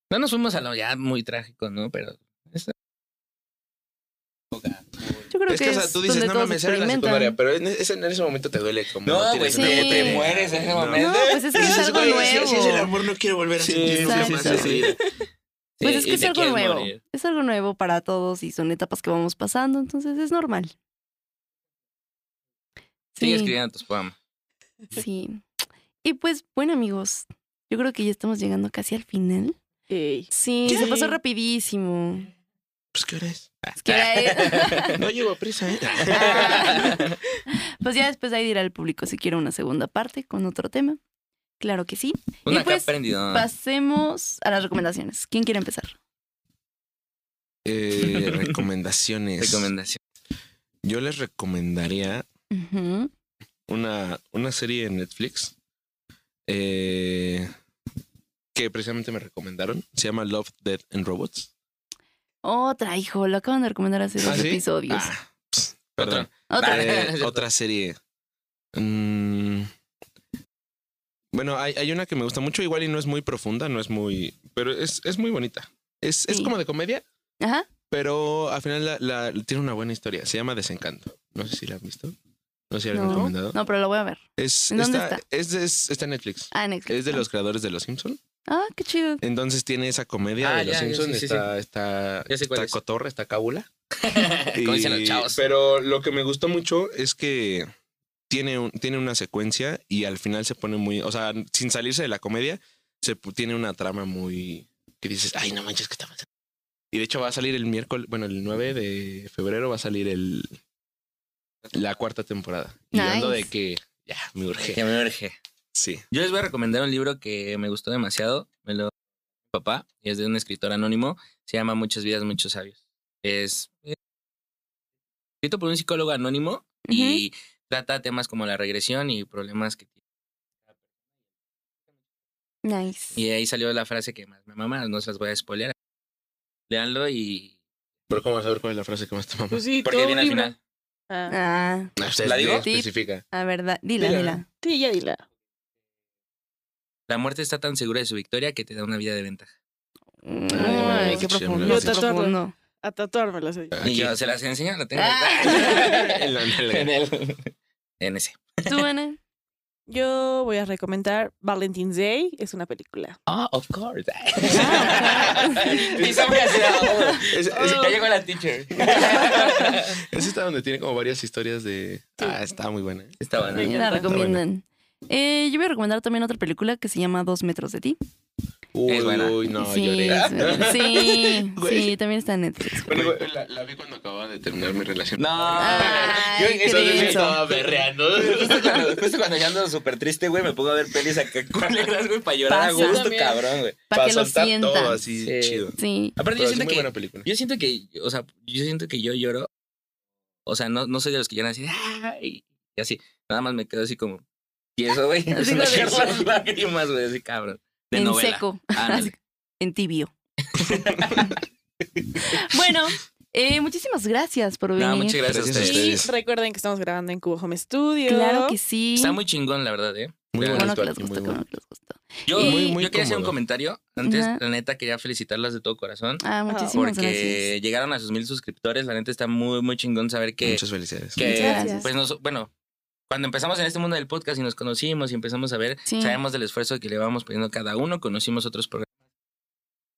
S4: No nos fuimos a lo ya muy trágico, ¿no? Pero
S2: Yo creo
S6: es que, o sea, tú dices,
S2: donde
S6: no
S2: todos
S6: mames, era en la
S2: experimentan".
S6: secundaria, pero en ese, en ese momento te duele como...
S4: No,
S6: tienes
S4: pues,
S6: una
S2: sí,
S6: puta
S2: te
S6: idea.
S4: mueres en ese
S6: No.
S4: momento.
S2: No, pues es que es
S6: Dices,
S2: algo
S6: "Güey,
S2: nuevo.
S6: si- si es el amor, no quiero volver a
S4: Sí,
S6: sentir nunca más
S2: exacto.
S6: en mi vida.
S2: Pues es
S4: Sí,
S2: que
S4: y
S2: es
S4: te
S2: algo
S4: quieres
S2: nuevo.
S4: morir.
S2: Es algo nuevo para todos y son etapas que vamos pasando, entonces es normal.
S4: Sigue escribiendo tus poemas.
S2: sí. Y pues, bueno, amigos, yo creo que ya estamos llegando casi al final.
S1: Ey.
S2: Sí,
S1: Ya.
S2: se pasó rapidísimo.
S6: Pues, ¿qué hora es?
S2: Es que era-
S6: No llevo prisa, ¿eh?
S2: Ah. pues ya después ahí dirá el público si quiere una segunda parte con otro tema. Claro que sí.
S4: Una que
S2: pues,
S6: Ah.
S4: aprendido.
S2: Pasemos a las recomendaciones. ¿Quién quiere empezar?
S6: Eh, recomendaciones.
S4: Recomendación.
S6: Yo les recomendaría
S2: Ujú.
S6: una, una serie en Netflix eh, que precisamente me recomendaron. Se llama Love, Dead and Robots.
S2: Otra, hijo, lo acaban de recomendar hace dos
S6: ¿Ah, sí?
S2: episodios.
S6: Ah, pss, perdón.
S2: Otra.
S4: Vale.
S6: Eh, otra serie. Mm, bueno, hay, hay una que me gusta mucho, igual y no es muy profunda, no es muy. Pero es, es muy bonita. Es, es
S2: Sí.
S6: como de comedia,
S2: Ajá.
S6: pero al final la, la- tiene una buena historia. Se llama Desencanto. No sé si la han visto. No sé si la han
S2: No,
S6: recomendado.
S2: no, pero lo voy a ver.
S6: Es,
S2: ¿En dónde
S6: está,
S2: está?
S6: Es, de- es- está en Netflix.
S2: Ah, en Netflix.
S6: Es de los creadores de Los Simpson.
S2: Ah, qué chido.
S6: Entonces tiene esa comedia
S4: Ah,
S6: de Los
S4: ya, ya,
S6: Simpson.
S4: sí, sí,
S6: está, está,
S4: Ya sé cuál
S6: está
S4: es.
S6: cotorra, está cábula.
S4: Como dicen
S6: Y-
S4: los chavos.
S6: Pero lo que me gustó mucho es que tiene, un- tiene una secuencia y al final se pone muy. O sea, sin salirse de la comedia, se pu- tiene una trama muy. que dices, ay, no manches, ¿qué está pasando? Y de hecho va a salir el miércoles, bueno, el 9 de febrero va a salir el la cuarta temporada. Y yo ando de
S2: Nice.
S6: que ya me urge.
S4: Que me urge.
S6: Sí.
S4: Yo les voy a recomendar un libro que me gustó demasiado. Me lo mi papá y es de un escritor anónimo. Se llama Muchas vidas, muchos sabios. Es es escrito por un psicólogo anónimo y trata temas como la regresión y problemas que tiene.
S2: Nice.
S4: Y de ahí salió la frase que más me mama. No se las voy a spoilear. Leanlo y.
S6: Pero ¿cómo vas a ver cuál es la frase que más te mama?
S1: Pues sí,
S4: Porque
S1: todo
S4: viene al
S1: libre.
S4: final.
S1: Ah,
S2: Ah,
S6: No, ustedes
S4: ¿La
S6: di-
S4: digo?
S6: Especifica.
S2: a ver, da- dila,
S6: Dila.
S2: dila.
S1: sí, ya dila.
S4: La muerte está tan segura de su victoria que te da una vida de ventaja.
S2: Ay, qué
S6: qué
S2: profundo.
S1: chévere.
S2: qué profundo.
S1: A tatuármelo. soy yo.
S4: Y yo se las enseño, la tengo.
S6: Ah. En la nalga.
S4: en, el- en ese.
S2: ¿Tú, Ana?
S1: Yo voy a recomendar Valentine's Day. Es una película.
S4: Ah, of course.
S6: Y se me Es- es-
S4: Ya llegó la teacher.
S6: Es esta donde tiene como varias historias de. Ah, está muy buena.
S4: Está bueno.
S1: Sí.
S2: Me la recomiendan. Eh, yo voy a recomendar también otra película que se llama Dos metros de ti.
S6: Uy,
S4: Es buena.
S6: uy, no,
S2: sí,
S6: lloré.
S2: es buena. sí,
S6: Güey.
S2: sí, también está en Netflix.
S6: Bueno, güey, la, la vi cuando acababa de terminar mi relación.
S4: No,
S2: Ay,
S4: yo
S2: qué
S4: eso sí
S2: denso.
S4: estaba berreando. Justo cuando, justo cuando ya ando súper triste, güey, me pongo a ver pelis acá culeras, güey, para llorar a
S2: Pasa.
S4: gusto,
S1: También.
S4: cabrón, güey.
S2: Para que lo
S6: soltar todo
S2: sientan.
S6: así,
S4: Sí.
S6: chido.
S2: Sí.
S4: Aparte,
S6: Pero
S4: yo
S6: es
S4: siento
S6: muy
S4: que,
S6: buena película.
S4: yo siento que, o sea, yo siento que yo lloro. O sea, no, no soy de los que lloran así, ay, y así. Nada más me quedo así como tieso, güey.
S2: Así
S4: Se me
S2: como de-
S4: caen las lágrimas, güey, así, cabrón. De
S2: en
S4: novela. Ah,
S2: seco.
S4: Ándale.
S2: en tibio. bueno, eh, muchísimas gracias por venir.
S4: No, muchas gracias,
S6: Gracias
S4: a
S6: a
S4: ustedes.
S1: Y
S6: ustedes.
S1: recuerden que estamos grabando en Cubo Home Studio.
S2: Claro que sí.
S4: Está muy chingón, la verdad, ¿eh?
S6: Muy
S4: Claro.
S2: bueno que
S6: bonito
S2: les
S6: aquí, muy
S2: gustó, qué
S6: bueno.
S2: bueno que les gustó.
S4: Yo,
S2: Y-
S4: yo
S6: muy
S4: quería hacer un
S6: cómodo.
S4: comentario. Antes,
S2: Ajá.
S4: la neta, quería felicitarlas de todo corazón.
S2: Ah, muchísimas
S4: porque
S2: gracias.
S4: llegaron a sus mil suscriptores. La neta está muy, muy chingón saber que,
S6: Muchas felicidades.
S4: que,
S2: Muchas gracias.
S4: pues nos, bueno, cuando empezamos en este mundo del podcast y nos conocimos y empezamos a ver,
S2: Sí.
S4: sabemos del esfuerzo que le vamos poniendo cada uno, conocimos otros programas.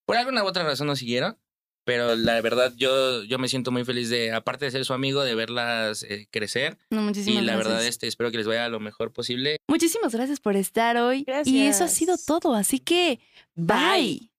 S4: Por alguna u otra razón nos siguieron, pero la verdad yo, yo me siento muy feliz de, aparte de ser su amigo, de verlas eh, crecer.
S2: No, muchísimas
S4: y la
S2: gracias.
S4: verdad, este, espero que les vaya lo mejor posible.
S2: Muchísimas gracias por estar hoy. Y eso ha
S1: Gracias.
S2: sido todo, así que bye.